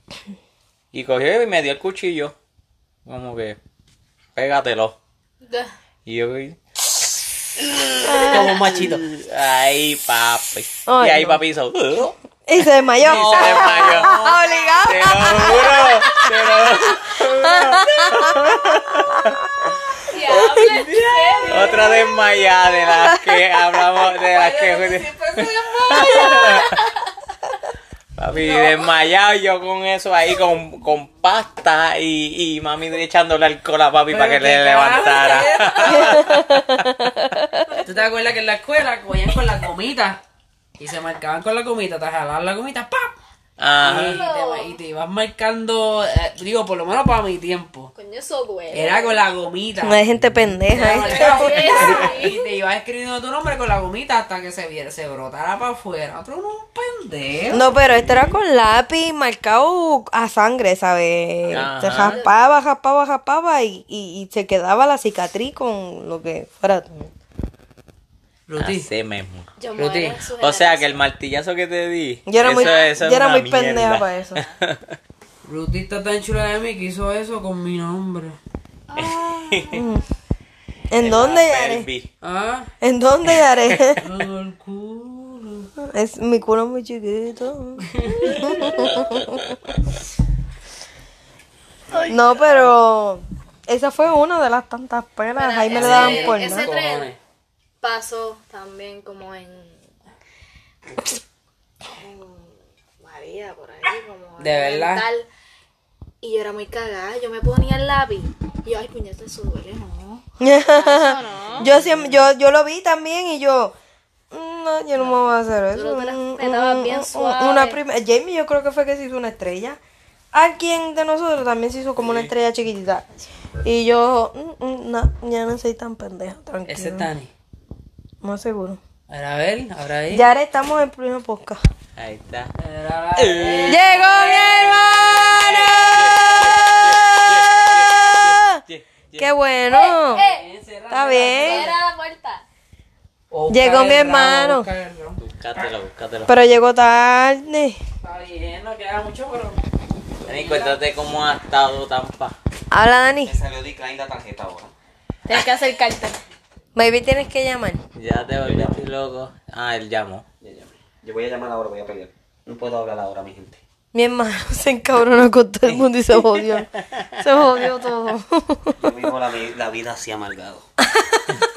Speaker 3: Y cogió y me dio el cuchillo. Como que, pégatelo. Y yo y-
Speaker 1: Como un machito.
Speaker 3: Ay, papi.
Speaker 2: Ay,
Speaker 3: y ahí
Speaker 2: no.
Speaker 3: papi hizo. *laughs* "Ugh".
Speaker 2: Y se
Speaker 3: *laughs*
Speaker 2: desmayó.
Speaker 3: Y se desmayó.
Speaker 2: *laughs* Obligado.
Speaker 3: Te lo juro, te lo juro. Otra desmayada de las que hablamos, de las que. Papi, desmayado yo con eso ahí, con, con pasta y, y mami echándole alcohol a papi para que
Speaker 1: Pero
Speaker 3: le
Speaker 1: qué
Speaker 3: levantara.
Speaker 1: ¿Tú te acuerdas que en la escuela cogían con las gomitas? Y se marcaban con la gomita, te jalaban la gomita, ¡pam!
Speaker 3: Ajá.
Speaker 1: Y te, y te ibas marcando, eh, digo, por lo menos para mi tiempo.
Speaker 4: Coño, eso duele.
Speaker 1: Era con la gomita.
Speaker 2: No hay gente pendeja. ¿eh? *laughs*
Speaker 1: Y te ibas escribiendo tu nombre con la gomita hasta que se viera, se brotara para afuera. Pero no un pendejo.
Speaker 2: No, pero esto era con lápiz marcado a sangre, ¿sabes?
Speaker 3: Ajá.
Speaker 2: Se raspaba, raspaba, raspaba y, y, y se quedaba la cicatriz con lo que fuera.
Speaker 1: Ruti,
Speaker 3: Así mismo.
Speaker 4: Yo
Speaker 1: Ruti.
Speaker 4: muero en su
Speaker 3: O sea
Speaker 4: generación.
Speaker 3: que el martillazo que te di.
Speaker 2: Yo era muy,
Speaker 3: eso- eso es
Speaker 2: yo era
Speaker 3: una
Speaker 2: muy pendeja
Speaker 3: mierda.
Speaker 2: para
Speaker 3: *laughs*
Speaker 2: eso.
Speaker 1: Ruti está tan chula de mí que hizo eso con mi nombre.
Speaker 2: ¿En dónde haré?
Speaker 3: Elvi.
Speaker 1: Ah,
Speaker 2: ¿En dónde haré?
Speaker 1: en el culo.
Speaker 2: es, mi culo es muy
Speaker 4: *laughs*
Speaker 2: chiquito. no, pero esa fue una de las tantas penas. Ahí me le
Speaker 4: ese-
Speaker 2: daban por
Speaker 4: ese
Speaker 2: nada.
Speaker 4: tren
Speaker 1: Cojones.
Speaker 4: pasó también como en. en María, por ahí, como. en
Speaker 1: De verdad.
Speaker 4: Oriental. Y yo era muy cagada, yo me ponía el lápiz. Y yo, ay, puñeta, eso duele, no.
Speaker 2: yo, siempre, yo, yo lo vi también y yo, "Mm, no, yo no, me voy a hacer eso.
Speaker 4: Solo te las
Speaker 2: Mm,
Speaker 4: petabas
Speaker 2: mm,
Speaker 4: bien
Speaker 2: mm, mm".
Speaker 4: suave.
Speaker 2: Una prima- Jamie yo creo que fue que se hizo una estrella. Alguien de nosotros también se hizo como una estrella chiquitita. Y yo, "Mm, mm, no, ya no soy tan pendeja, tranquilo.
Speaker 1: Ese es Tani.
Speaker 2: Más seguro.
Speaker 1: Ahora a ver, ahora ahí.
Speaker 2: Ya ahora estamos en primer podcast.
Speaker 3: Ahí está.
Speaker 1: Era-
Speaker 2: ¡Llegó mi hermano!
Speaker 3: Yeah, yeah.
Speaker 2: ¡Qué bueno! Está bien.
Speaker 4: Era la puerta.
Speaker 1: O
Speaker 2: Llegó
Speaker 1: busca
Speaker 2: mi
Speaker 1: el ramo,
Speaker 2: hermano.
Speaker 1: busca el ramo.
Speaker 3: Búscatelo, búscatelo.
Speaker 2: Pero llegó tarde.
Speaker 1: Está bien, no queda mucho, pero.
Speaker 3: Dani, cuéntate cómo ha estado Tampa.
Speaker 2: Habla, Dani.
Speaker 6: Me salió decline la tarjeta ahora.
Speaker 4: Tienes que acercarte.
Speaker 2: Baby, tienes que llamar.
Speaker 3: Ya te volviste loco. Ah, él llamó.
Speaker 6: Ya llamé. Yo voy a llamar ahora, voy a pelear. No puedo hablar ahora, mi gente.
Speaker 2: Mi hermano se encabronó con todo el mundo y se jodió. Se jodió todo.
Speaker 6: Yo vivo la, vi- la vida así amargado.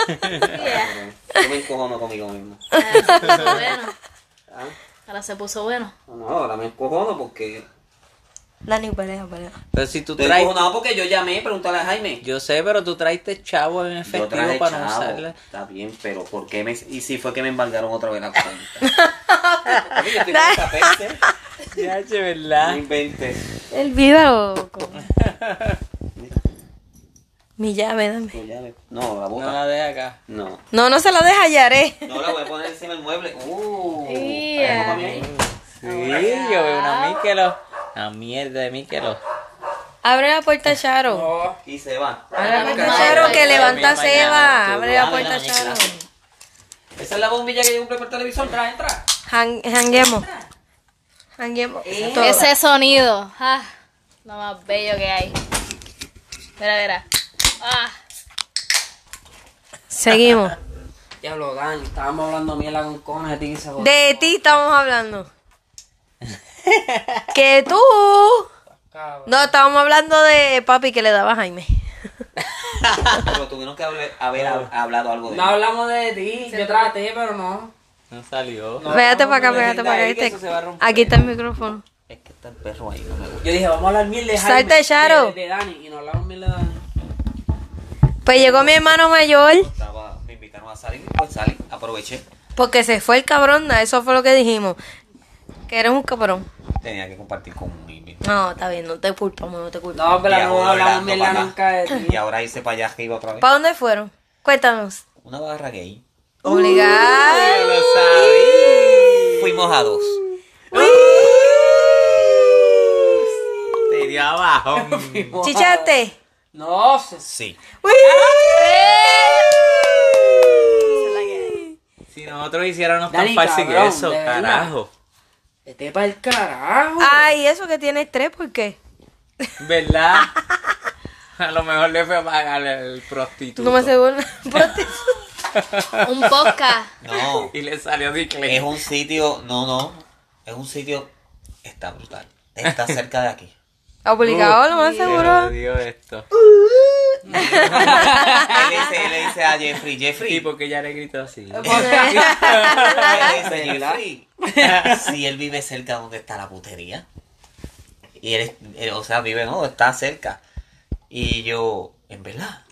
Speaker 6: Yo me encojono conmigo mismo.
Speaker 4: Ahora se puso bueno.
Speaker 6: Ah,
Speaker 4: Ahora se puso bueno.
Speaker 6: No, no, ahora me encojono porque...
Speaker 2: Dani, pareja, pareja.
Speaker 3: Pero si tú
Speaker 6: Estoy
Speaker 3: traes.
Speaker 6: encojonado porque yo llamé, preguntarle a Jaime.
Speaker 3: Yo sé, pero tú traiste chavo en efectivo
Speaker 6: Yo traje
Speaker 3: para no
Speaker 6: chavo. *laughs*
Speaker 3: usarla.
Speaker 6: Está bien, pero ¿por qué me...? Y si fue que me embargaron otra vez la cuenta. Papi, yo estoy con esa peste.
Speaker 3: Ya, che,
Speaker 6: No
Speaker 3: ¿verdad?
Speaker 6: inventes.
Speaker 2: El viva Mi llave, dame.
Speaker 6: No, llame. Pues No, la
Speaker 3: No
Speaker 6: boca.
Speaker 3: la de acá.
Speaker 6: No.
Speaker 2: No, no se la deja, Yaré.
Speaker 6: No, la voy a poner encima del mueble. Uh.
Speaker 4: Yeah.
Speaker 6: Ay, no, mami, ahí.
Speaker 3: Sí, yo veo una Miquelo. Una mierda de Miquelo.
Speaker 2: Abre la puerta, Charo.
Speaker 1: No,
Speaker 6: Y se va.
Speaker 2: Abre la puerta,
Speaker 4: Ay,
Speaker 2: Charo, que
Speaker 4: ay,
Speaker 2: levanta a
Speaker 3: ay, mañana,
Speaker 2: Seba.
Speaker 3: tú.
Speaker 2: Abre la
Speaker 6: Abre
Speaker 2: puerta,
Speaker 6: la
Speaker 2: Charo.
Speaker 6: mañana. Esa es la bombilla que yo compré para el televisor. Entra, entra.
Speaker 2: Hang- Hanguemos. Hanguemos. Todo.
Speaker 4: Ese sonido. Ah, lo más bello que hay. Mira, mira. Ah,
Speaker 2: Seguimos.
Speaker 1: ya lo dan. Estábamos hablando mierda con cojones de ti que se jodió.
Speaker 2: De ti estamos hablando. *laughs* Que tú.
Speaker 1: Cabrón.
Speaker 2: No, estábamos hablando de papi que le daba a Jaime.
Speaker 6: Pero tuvieron que hable- haber hab- hablado algo de
Speaker 1: No hablamos de ti, yo traté, pero no.
Speaker 3: No salió.
Speaker 2: Pégate para acá,
Speaker 6: no,
Speaker 2: pégate
Speaker 6: no,
Speaker 2: para acá.
Speaker 6: ahí que
Speaker 2: ¿viste?
Speaker 6: eso se va a romper.
Speaker 2: Aquí está el micrófono.
Speaker 6: Es que está el perro ahí, no me gusta.
Speaker 1: Yo dije, vamos a hablar mil de Jaime.
Speaker 2: Salta, Charo.
Speaker 1: De, de Dani, y no hablamos mil de Dani.
Speaker 2: Pues llegó mi hermano mayor
Speaker 6: Estaba, me invitaron a salir, pues salí, aproveché.
Speaker 2: porque se fue el cabrón. na, Eso fue lo que dijimos. Que eres un cabrón.
Speaker 6: Tenía que compartir con mi
Speaker 2: No, está bien, no te culpamos, no te culpamos.
Speaker 1: No, pero
Speaker 6: Y
Speaker 1: no
Speaker 6: ahora
Speaker 1: hablamos
Speaker 6: no
Speaker 1: mil de
Speaker 6: para
Speaker 1: nunca de ti. *laughs*
Speaker 6: Y ahora hice para allá arriba otra vez.
Speaker 2: ¿Para dónde fueron? Cuéntanos.
Speaker 6: Una barra gay.
Speaker 2: Obligado.
Speaker 6: lo sabía. Fuimos a dos.
Speaker 3: Te dio abajo.
Speaker 2: Chichate.
Speaker 1: No, se-
Speaker 6: Sí.
Speaker 2: Eh.
Speaker 3: si nosotros hiciéramos
Speaker 1: Dani,
Speaker 3: tan fácil que
Speaker 1: cabrón,
Speaker 3: eso,
Speaker 1: de verdad.
Speaker 3: carajo.
Speaker 1: vete para el carajo. *laughs*
Speaker 2: Ay, eso que tienes tres, ¿por qué?
Speaker 3: ¿Verdad? *laughs* A lo mejor le fue a pagar el prostituto.
Speaker 2: No me aseguro. *laughs*
Speaker 4: Un podcast.
Speaker 1: *laughs*
Speaker 6: No.
Speaker 3: Y le salió
Speaker 6: Es
Speaker 3: Dicle.
Speaker 6: un sitio, no, no. Es un sitio, está brutal. Está cerca
Speaker 1: *laughs*
Speaker 6: de aquí.
Speaker 2: Obligado, lo más seguro.
Speaker 3: dio esto.
Speaker 6: Él le dice, él le dice a Jeffrey, Jeffrey.
Speaker 3: Y porque ya le gritó así.
Speaker 6: *laughs* Él le dice, Jeffrey, *laughs* si él vive cerca donde está la putería. Y él, él, o sea, vive, no, está cerca. Y yo, en verdad,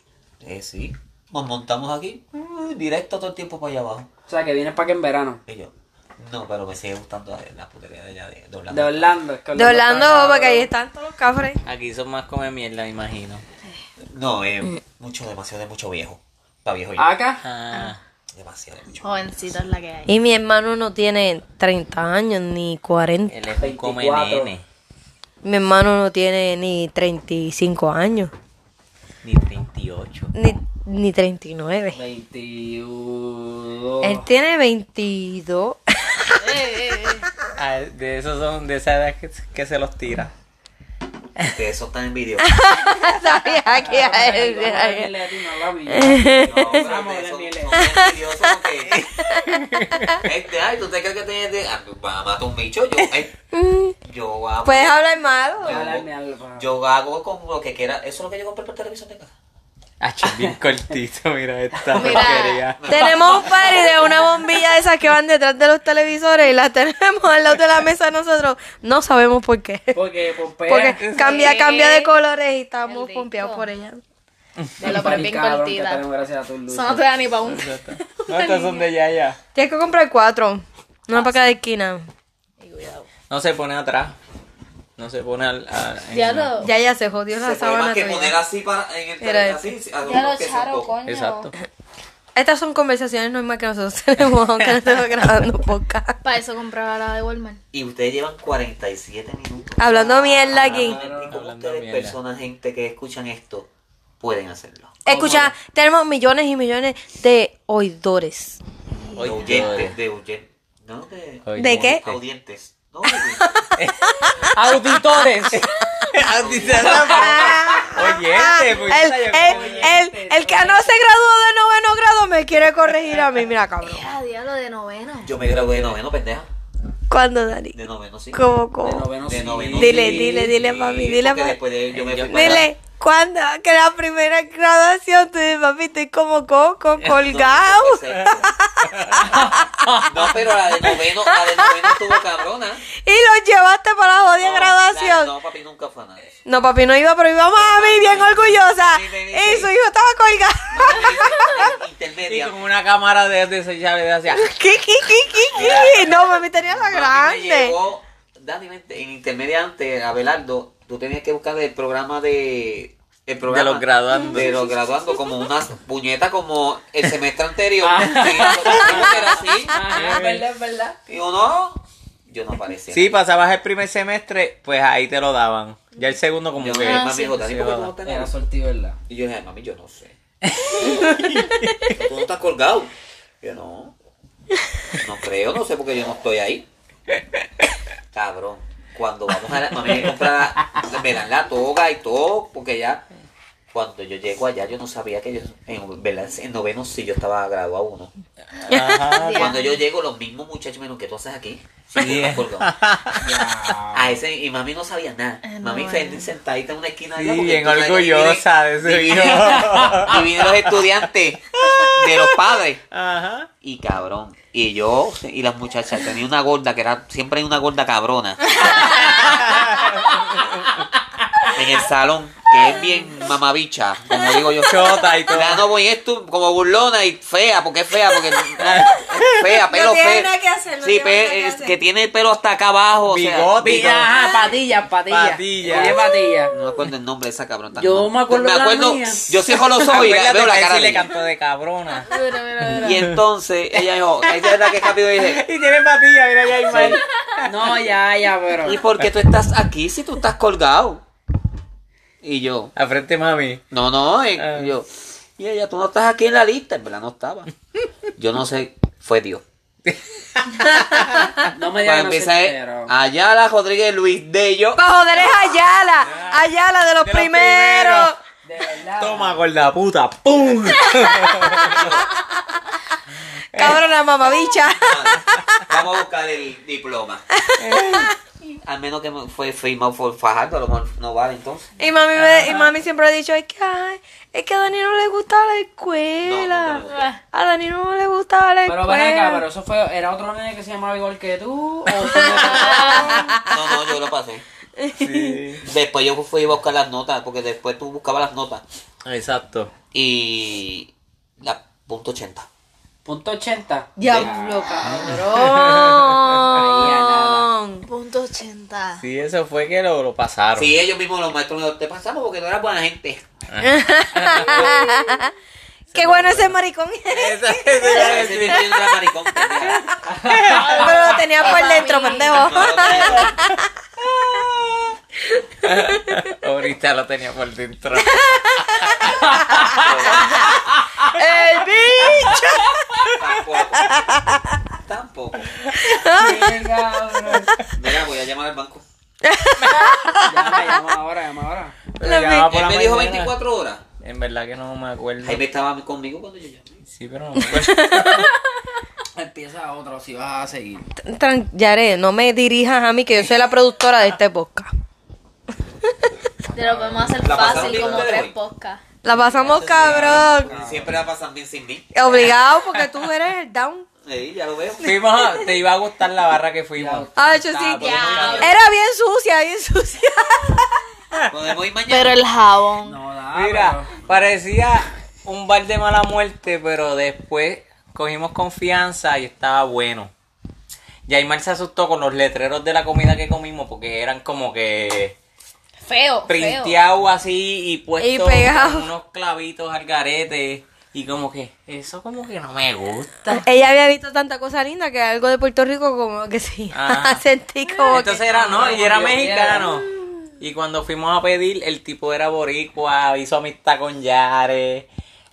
Speaker 6: eh, sí. Nos montamos aquí, mm, directo todo el tiempo para allá abajo.
Speaker 1: O sea, que vienes para que en verano.
Speaker 6: Y yo, no, pero me sigue gustando la, la putería de allá de, de Orlando.
Speaker 1: De Orlando. es que
Speaker 2: De Orlando,
Speaker 1: está-
Speaker 2: porque ahí están todos los cafres.
Speaker 3: Aquí son más come mierda, me imagino.
Speaker 6: No, eh, mucho, demasiado, de mucho viejo. Para viejo yo.
Speaker 1: Acá.
Speaker 3: Ah.
Speaker 6: Demasiado, de
Speaker 4: *laughs*
Speaker 6: mucho.
Speaker 4: Jovencito es la que hay.
Speaker 2: Y mi hermano no tiene 30 años ni 40.
Speaker 3: Él es un come
Speaker 1: 24.
Speaker 3: nene.
Speaker 2: Mi hermano no tiene ni 35 años.
Speaker 3: Ni 38.
Speaker 2: Ni, ni 39.
Speaker 1: 22.
Speaker 2: Él tiene 22.
Speaker 3: Ah, de esos son de esa edad que, que se los tira.
Speaker 6: Ustedes son tan envidiosos.
Speaker 2: *laughs* Sabía que a él- a
Speaker 1: eh,
Speaker 2: él-
Speaker 3: *laughs*
Speaker 6: No, pero ustedes son, son tan envidiosos porque- *laughs* Este, ay, ¿tú te crees que tienes de... ah, va, Mato un bicho, yo... ay,
Speaker 2: *laughs*
Speaker 6: yo amo...
Speaker 2: Puedes hablar malo.
Speaker 1: eh.
Speaker 6: yo, yo hago con lo que quiera. Eso es lo que yo compré por televisión de casa.
Speaker 3: Hacho, Ah, *laughs* bien cortito, mira esta
Speaker 4: Mira.
Speaker 3: porquería.
Speaker 2: Tenemos un party de una bombilla de esas que van detrás de los televisores y las tenemos al lado de la mesa nosotros. No sabemos por qué.
Speaker 1: Porque Pompea. *laughs*
Speaker 2: Porque cambia,
Speaker 4: Sí.
Speaker 2: cambia de colores y estamos
Speaker 4: Pues, El disco.
Speaker 2: pompeados por ella.
Speaker 4: De lo bien cortita.
Speaker 1: gracias a tu luz.
Speaker 4: Eso
Speaker 1: *laughs*
Speaker 4: no te da ni pa' un.
Speaker 3: No, estas son de Yaya.
Speaker 2: Tienes que comprar cuatro. Una para cada esquina.
Speaker 3: No se pone atrás. No se pone al. al- en-
Speaker 4: Ya lo.
Speaker 2: Ya, ya se jodió la
Speaker 6: Se puede
Speaker 2: sábana
Speaker 6: más que
Speaker 2: Ah, tuya. este.
Speaker 6: poner así para... En el
Speaker 2: Mira
Speaker 6: tele-
Speaker 2: esto.
Speaker 6: así, a los
Speaker 4: Ya lo
Speaker 6: que se
Speaker 4: charo,
Speaker 6: tocan.
Speaker 4: coño.
Speaker 3: Exacto.
Speaker 2: Estas son conversaciones normales que nosotros *laughs* tenemos, aunque no estemos grabando podcast.
Speaker 4: Para eso compraba la de Walmart.
Speaker 6: Y ustedes llevan 47 minutos.
Speaker 2: Hablando mierda aquí.
Speaker 6: ¿Y cómo
Speaker 3: Hablando
Speaker 6: ustedes,
Speaker 3: mierda.
Speaker 6: personas, gente que escuchan esto, pueden hacerlo?
Speaker 2: Escucha, tenemos millones y millones de oidores.
Speaker 6: De oyentes, de oyentes. No, de...
Speaker 3: Oye,
Speaker 2: ¿De qué?
Speaker 6: Audientes. No, de oyentes.
Speaker 3: *laughs*
Speaker 1: Auditores.
Speaker 3: Oye, este, pues,
Speaker 2: El,
Speaker 3: ya
Speaker 2: el,
Speaker 3: llegó.
Speaker 2: el, el que no se graduó de noveno grado me quiere corregir a mí, mira
Speaker 4: *laughs*
Speaker 2: cabrón.
Speaker 4: Ah, diablo de noveno.
Speaker 6: Yo me gradué de noveno, pendeja.
Speaker 2: ¿Cuándo, Dani?
Speaker 6: De noveno, sí.
Speaker 2: ¿Cómo,
Speaker 1: De
Speaker 2: cómo?
Speaker 1: noveno
Speaker 6: De
Speaker 1: sí. Eh,
Speaker 6: noveno.
Speaker 2: Dile,
Speaker 6: sí,
Speaker 2: dile, dile,
Speaker 6: sí,
Speaker 2: papi, dile,
Speaker 6: porque
Speaker 2: papi.
Speaker 6: después de- yo me fui para allá.
Speaker 2: Dile, ¿cuándo? Que la primera graduación, tú dices, papi, estoy como coco,
Speaker 6: No,
Speaker 2: colgado.
Speaker 6: eso fue sexto. No, pero la de noveno, la de noveno estuvo cabrona.
Speaker 2: Y lo llevaste para *laughs* la jodida
Speaker 6: No, la-
Speaker 2: graduación.
Speaker 6: No, papi, nunca fue a nada.
Speaker 2: *laughs*
Speaker 6: de eso.
Speaker 2: No, papi no iba, pero iba mami, bien orgullosa.
Speaker 6: Sí, sí, sí.
Speaker 2: Y su hijo estaba *laughs* colgado.
Speaker 3: Y
Speaker 6: Intermedia.
Speaker 3: con una cámara de, de ese llave de hacia.
Speaker 2: Qui, qui, qui, qui, qui. No, mami tenía la
Speaker 6: Papi me
Speaker 2: grande.
Speaker 6: llevó, Dani, vente, en intermedia antes, Abelardo, tú tenías que buscar el programa de... El programa
Speaker 3: los graduandos.
Speaker 6: De los graduandos, como unas puñetas como el
Speaker 1: *laughs*
Speaker 6: semestre anterior.
Speaker 1: Ah.
Speaker 6: Sí, lo- era así.
Speaker 1: Es verdad, es verdad.
Speaker 6: Y yo no, yo no aparecía.
Speaker 3: Si pasabas el primer semestre, pues ahí te lo daban. Ya el segundo, como
Speaker 6: Yo
Speaker 3: que.
Speaker 6: dije, mami, dijo, Dani,
Speaker 3: sí,
Speaker 6: ¿por qué tú
Speaker 3: verdad.
Speaker 6: no te
Speaker 1: Era
Speaker 6: grabas?
Speaker 1: sortido, ¿verdad?
Speaker 6: Y yo dije, mami, yo no sé. *laughs* tú no estás colgado. Y yo no. No creo, no sé porque yo no estoy ahí. Cabrón. Cuando vamos a la, mami me compra, me dan la toga y todo, porque ya, cuando yo llego allá, yo no sabía que yo, en, verdad, en noveno sí yo estaba graduado uno. Ajá, *laughs*
Speaker 4: Ya.
Speaker 6: cuando yo llego, los mismos muchachos me dijeron, ¿qué tú haces aquí?
Speaker 7: Sí.
Speaker 3: eh. *laughs*
Speaker 6: Colgado. A ese, y mami no sabía nada.
Speaker 4: Eh, no,
Speaker 6: mami
Speaker 4: eh.
Speaker 6: feliz sentadita en una esquina.
Speaker 3: Sí,
Speaker 6: allá, porque
Speaker 3: bien
Speaker 6: entonces
Speaker 3: orgullosa de ese
Speaker 6: *laughs* divide- divide los estudiantes de los padres.
Speaker 3: Ajá.
Speaker 6: Y cabrón. Y yo y las muchachas. Tenía una gorda que era. Siempre hay una
Speaker 3: *laughs*
Speaker 6: gorda cabrona. en el salón. Que es bien mamabicha. Como digo yo.
Speaker 3: Chota y todo.
Speaker 6: La no voy esto como burlona y fea. Porque es fea. Porque es fea, pelo
Speaker 2: tiene
Speaker 6: feo.
Speaker 2: nada que hacer, no
Speaker 6: sí,
Speaker 2: tiene
Speaker 6: pe-
Speaker 2: nada que
Speaker 6: es
Speaker 2: hacer.
Speaker 6: que tiene el pelo hasta acá abajo. o sea,
Speaker 3: Bigote.
Speaker 1: Pi- Ajá, patillas, patillas.
Speaker 3: Patillas.
Speaker 1: Tiene patillas.
Speaker 6: no me acuerdo el nombre de esa cabrona.
Speaker 1: Yo me acuerdo de la mía.
Speaker 6: Yo cierro los ojos y la-
Speaker 3: Acuérdate
Speaker 6: veo la
Speaker 3: que sí
Speaker 6: cara de
Speaker 3: le
Speaker 6: ella.
Speaker 3: cantó de cabrona.
Speaker 4: Mira, mira, mira.
Speaker 6: Y entonces ella dijo, ella es la que rápido dije,
Speaker 3: Y tiene patillas, mira ya Ismael.
Speaker 1: No, ya, ya, pero.
Speaker 6: ¿y por qué tú estás aquí si tú estás colgado? Y yo,
Speaker 3: Al frente mami.
Speaker 6: no, no, y
Speaker 3: Ah.
Speaker 6: yo, y ella, tú no estás aquí en la lista, en verdad no estaba. Yo no sé, fue Dios.
Speaker 1: No me digas que no
Speaker 6: Para
Speaker 1: se
Speaker 6: empezar, eh,
Speaker 1: enteraron.
Speaker 6: allá la Rodríguez Luis de yo.
Speaker 2: Pa' joder es Ayala. Ayala de los
Speaker 3: De los
Speaker 2: primeros.
Speaker 1: De verdad.
Speaker 3: Toma, gorda puta. ¡Pum!
Speaker 2: Eh. Cabrona mamabicha.
Speaker 6: ah, Vamos a buscar el
Speaker 1: *laughs*
Speaker 6: diploma. Al menos que fue firmado por Fajardo, a lo mejor no vale entonces.
Speaker 2: Y mami, me- y mami siempre ha dicho, es que, ay, es que a Dani no le gusta la escuela.
Speaker 6: No, no te gusta.
Speaker 2: a Dani no le gusta la escuela.
Speaker 1: Pero ven acá, pero eso fue. ¿Era otro nene que se llamaba igual que tú? ¿O tú *laughs* no?
Speaker 6: No, no, yo lo
Speaker 1: *laughs*
Speaker 6: pasé.
Speaker 3: Sí.
Speaker 6: Después yo fui a buscar las notas, porque después tú buscabas las notas.
Speaker 3: Exacto.
Speaker 6: Y la punto 80.
Speaker 1: Punto 80.
Speaker 4: Diablo, cabrón.
Speaker 2: Cabrón.
Speaker 4: Punto 80.
Speaker 3: Sí, eso fue que lo, lo pasaron.
Speaker 6: Sí, ellos mismos los maestros me dijeron, te pasamos porque no eras buena gente.
Speaker 2: Qué bueno *laughs* ese maricón.
Speaker 3: Esa- esa-
Speaker 6: Ese vestido era maricón, pues, pendeja.
Speaker 2: pero lo tenía por
Speaker 4: Papi.
Speaker 2: dentro, pendejo.
Speaker 6: No, no, no.
Speaker 3: *laughs* Ahorita lo tenía por
Speaker 6: *laughs*
Speaker 3: dentro.
Speaker 2: El bicho.
Speaker 6: Tampoco. Tampoco.
Speaker 1: Qué cabrón.
Speaker 6: Mira, voy a llamar al banco.
Speaker 1: Llama, llama ahora, llama ahora.
Speaker 3: Pero llamaba Ah, por
Speaker 6: Él
Speaker 3: la
Speaker 6: me dijo
Speaker 3: mañana.
Speaker 6: 24 horas.
Speaker 3: En verdad que no me acuerdo.
Speaker 6: Jaime estaba conmigo cuando yo llamé.
Speaker 3: Sí, pero no me acuerdo.
Speaker 6: *laughs*
Speaker 1: Empieza otro si vas a seguir.
Speaker 2: Tran- Yare, no me dirijas a mí, que yo soy la productora de este podcast.
Speaker 4: Te lo podemos hacer
Speaker 6: La pasaron
Speaker 4: fácil
Speaker 6: bien
Speaker 4: como
Speaker 6: ustedes
Speaker 4: tres
Speaker 6: hoy.
Speaker 4: podcasts.
Speaker 2: La pasamos cabrón.
Speaker 6: Siempre la pasan bien sin mí.
Speaker 2: Obligado porque tú eres el down.
Speaker 6: Sí, ya lo veo.
Speaker 3: Fuimos a- te iba a gustar la barra que fuimos.
Speaker 2: Ah, yo sí.
Speaker 3: Ah, pues,
Speaker 4: Ya.
Speaker 2: Era bien sucia, bien sucia.
Speaker 6: Podemos ir mañana.
Speaker 4: Pero el jabón.
Speaker 1: No, da.
Speaker 3: Mira, parecía un bar de mala muerte, pero después cogimos confianza y estaba bueno. Yaimar se asustó con los letreros de la comida que comimos porque eran como que
Speaker 4: Feo. feo.
Speaker 3: printeados así y puestos
Speaker 2: pegado.
Speaker 3: con unos clavitos al garete. Y como que, eso como que no me gusta.
Speaker 2: Ella había visto tanta cosa linda que algo de Puerto Rico como que sí. *laughs*
Speaker 3: Ajá.
Speaker 2: Sentí como
Speaker 3: Entonces era, no, y era
Speaker 1: Dios
Speaker 3: mexicano. Y cuando fuimos a pedir, el tipo era boricua, hizo amistad con Yare,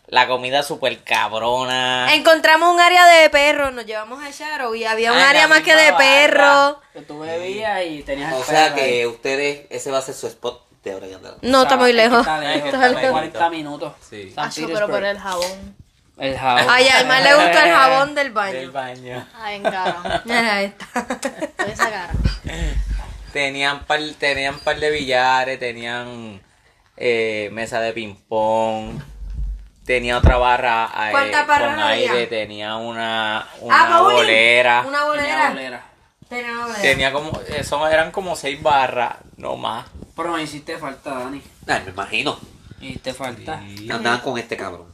Speaker 3: la comida súper cabrona.
Speaker 2: que... Encontramos un área de perro, nos llevamos a Charo y había un
Speaker 3: Ah,
Speaker 2: área
Speaker 3: la
Speaker 2: más que
Speaker 3: misma
Speaker 2: de
Speaker 3: barra.
Speaker 2: perro.
Speaker 1: Que tú bebías y
Speaker 2: Ah,
Speaker 1: tenías el
Speaker 6: O sea
Speaker 1: perro ahí.
Speaker 6: que ustedes, ese va a ser su spot de ahora en adelante.
Speaker 2: No, está muy
Speaker 1: Es que
Speaker 2: lejos.
Speaker 1: Está lejos,
Speaker 3: Está
Speaker 1: está
Speaker 3: lejos.
Speaker 1: 40 minutos.
Speaker 3: Sí.
Speaker 1: San
Speaker 4: Acho, Ah, pero por
Speaker 1: Petersburg.
Speaker 4: el jabón.
Speaker 1: El jabón.
Speaker 2: Ay, a Alma le gustó
Speaker 3: Eh,
Speaker 2: el jabón del baño.
Speaker 3: Del baño.
Speaker 4: Ay, Ah, *laughs* cara.
Speaker 2: *laughs* Mira esta.
Speaker 4: Con esa cara.
Speaker 3: Tenían par, tenían par de billares, tenían eh, mesa de ping pong, tenía otra barra eh,
Speaker 2: ¿Cuántas barras
Speaker 3: con aire,
Speaker 2: había?
Speaker 3: tenía una,
Speaker 2: Ah,
Speaker 3: una
Speaker 2: bowling.
Speaker 3: bolera.
Speaker 2: Una
Speaker 1: Tenía
Speaker 2: bolera.
Speaker 1: bolera.
Speaker 2: Tenía una bolera.
Speaker 3: Tenía como, eso eran como seis barras, no más.
Speaker 1: Pero me hiciste falta, Dani.
Speaker 6: Ay, me imagino.
Speaker 1: Y te falta.
Speaker 6: Andaban con este cabrón.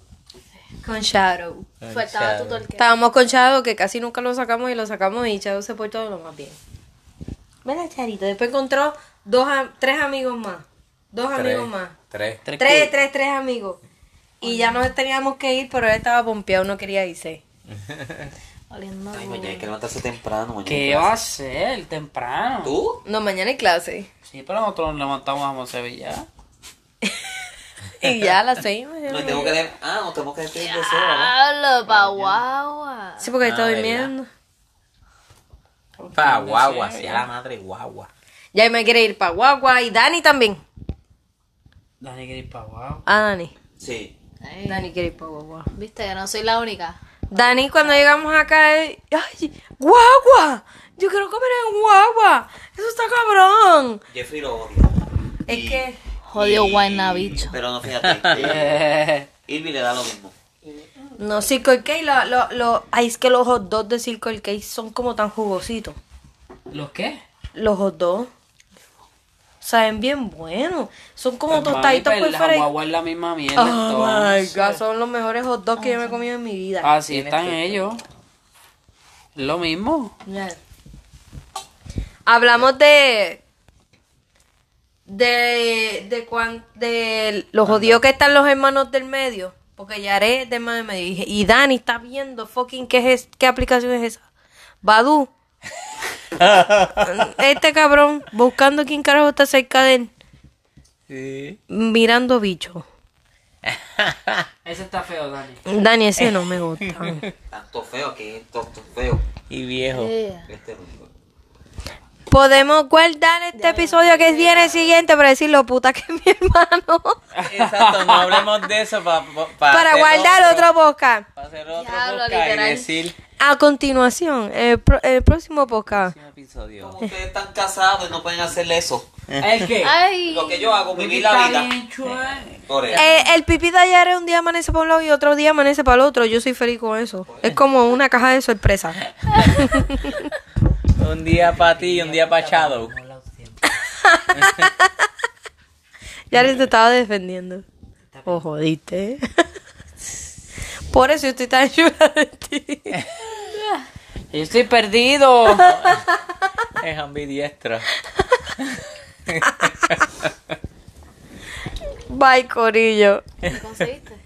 Speaker 2: Con Shadow.
Speaker 4: Faltaba tu torque.
Speaker 2: Estábamos con Shadow que casi nunca lo sacamos y lo sacamos y Shadow se portó lo más bien. ¿Verdad, Charito? Después encontró dos, am- tres amigos más. Dos amigos más.
Speaker 3: Tres.
Speaker 2: Tres, tres, tres, amigos. Y ya nos teníamos que ir, pero él estaba pompeado, no quería irse.
Speaker 4: Oliendo.
Speaker 6: Ay, mañana hay que levantarse temprano. Mañana
Speaker 1: ¿Qué va a ser? Temprano.
Speaker 6: ¿Tú?
Speaker 2: No, mañana hay clase. *laughs*
Speaker 1: Sí, pero nosotros nos levantamos a Monsevilla.
Speaker 2: Y ya a las seis.
Speaker 6: No
Speaker 2: mañana.
Speaker 6: tengo que leer. Ah, no tenemos que decir de eso, ¿verdad?
Speaker 4: Hablo pa' guagua.
Speaker 2: Sí, porque él está
Speaker 3: Ah,
Speaker 2: durmiendo.
Speaker 3: Pa, guagua, sea la madre guagua.
Speaker 2: Ya me quiere ir para Guagua y Dani también.
Speaker 1: Dani quiere ir para abajo.
Speaker 2: *laughs* Ah, Dani.
Speaker 6: Sí.
Speaker 4: Ay,
Speaker 2: Dani quiere ir para Guagua.
Speaker 4: Viste, yo no soy la única.
Speaker 2: Dani, cuando llegamos acá, él, ¡ay! ¡Guagua! Yo quiero comer en guagua. Eso está cabrón.
Speaker 6: Jeffrey lo odia.
Speaker 2: Es
Speaker 6: Y-
Speaker 2: que-
Speaker 4: Jodido
Speaker 6: y-
Speaker 4: guaynabicho.
Speaker 6: Pero no, fíjate. Irvi le da lo mismo.
Speaker 2: No, Circle K, lo, lo, lo- ay, es que los hot dogs de Circle K son como tan jugositos.
Speaker 1: ¿Los qué?
Speaker 2: Los hot dogs saben bien buenos. Son como
Speaker 1: Pues, mami,
Speaker 2: tostaditos
Speaker 1: pues,
Speaker 2: por
Speaker 1: la
Speaker 2: fuera. y-
Speaker 1: guagua es la misma mierda.
Speaker 2: Oh my
Speaker 1: entonces.
Speaker 2: god, son los mejores hot dogs que yo me he comido en mi vida.
Speaker 1: Así están ellos. Es Lo mismo.
Speaker 2: Ya. Hablamos de. De. De, cuan- de los jodidos que están los hermanos del medio. Porque Yaré es del hermano del medio. Y, y Dani está viendo fucking qué, es, qué aplicación es esa. Badu. este cabrón buscando quién carajo está cerca de él. Mirando bicho.
Speaker 1: Ese está feo, Dani.
Speaker 2: Dani, ese no me gusta.
Speaker 6: Tanto feo que es tanto feo.
Speaker 5: Y viejo.
Speaker 2: Eh.
Speaker 4: Yeah.
Speaker 6: Este mundo.
Speaker 2: Podemos guardar este episodio que viene siguiente para decir lo puta que es mi hermano.
Speaker 5: Exacto, no hablemos de eso pa- pa- pa
Speaker 2: para
Speaker 5: hacer
Speaker 2: guardar otro podcast.
Speaker 5: para hacer otro
Speaker 4: Diablo,
Speaker 5: podcast
Speaker 4: literal.
Speaker 5: y decir
Speaker 2: A continuación, el, pro- el próximo podcast.
Speaker 5: un episodio.
Speaker 6: Como ustedes están casados y no pueden hacerle eso.
Speaker 1: ¿El
Speaker 2: *laughs*
Speaker 1: qué?
Speaker 4: Ay,
Speaker 6: Lo que yo hago, vivir la vida. Por eso.
Speaker 2: Eh, el pipí de ayer es un día amanece para un lado y otro día amanece para el otro. Yo soy feliz con eso. Es como una caja de sorpresa.
Speaker 5: Un día para ti y un día para Shadow.
Speaker 2: *laughs* Ya les te estaba defendiendo. O jodiste. *laughs* Por eso yo estoy tan *laughs* chula de ti.
Speaker 1: Yo estoy perdido.
Speaker 5: Es ambidiestro.
Speaker 2: Bye, Corillo.
Speaker 4: ¿conseguiste?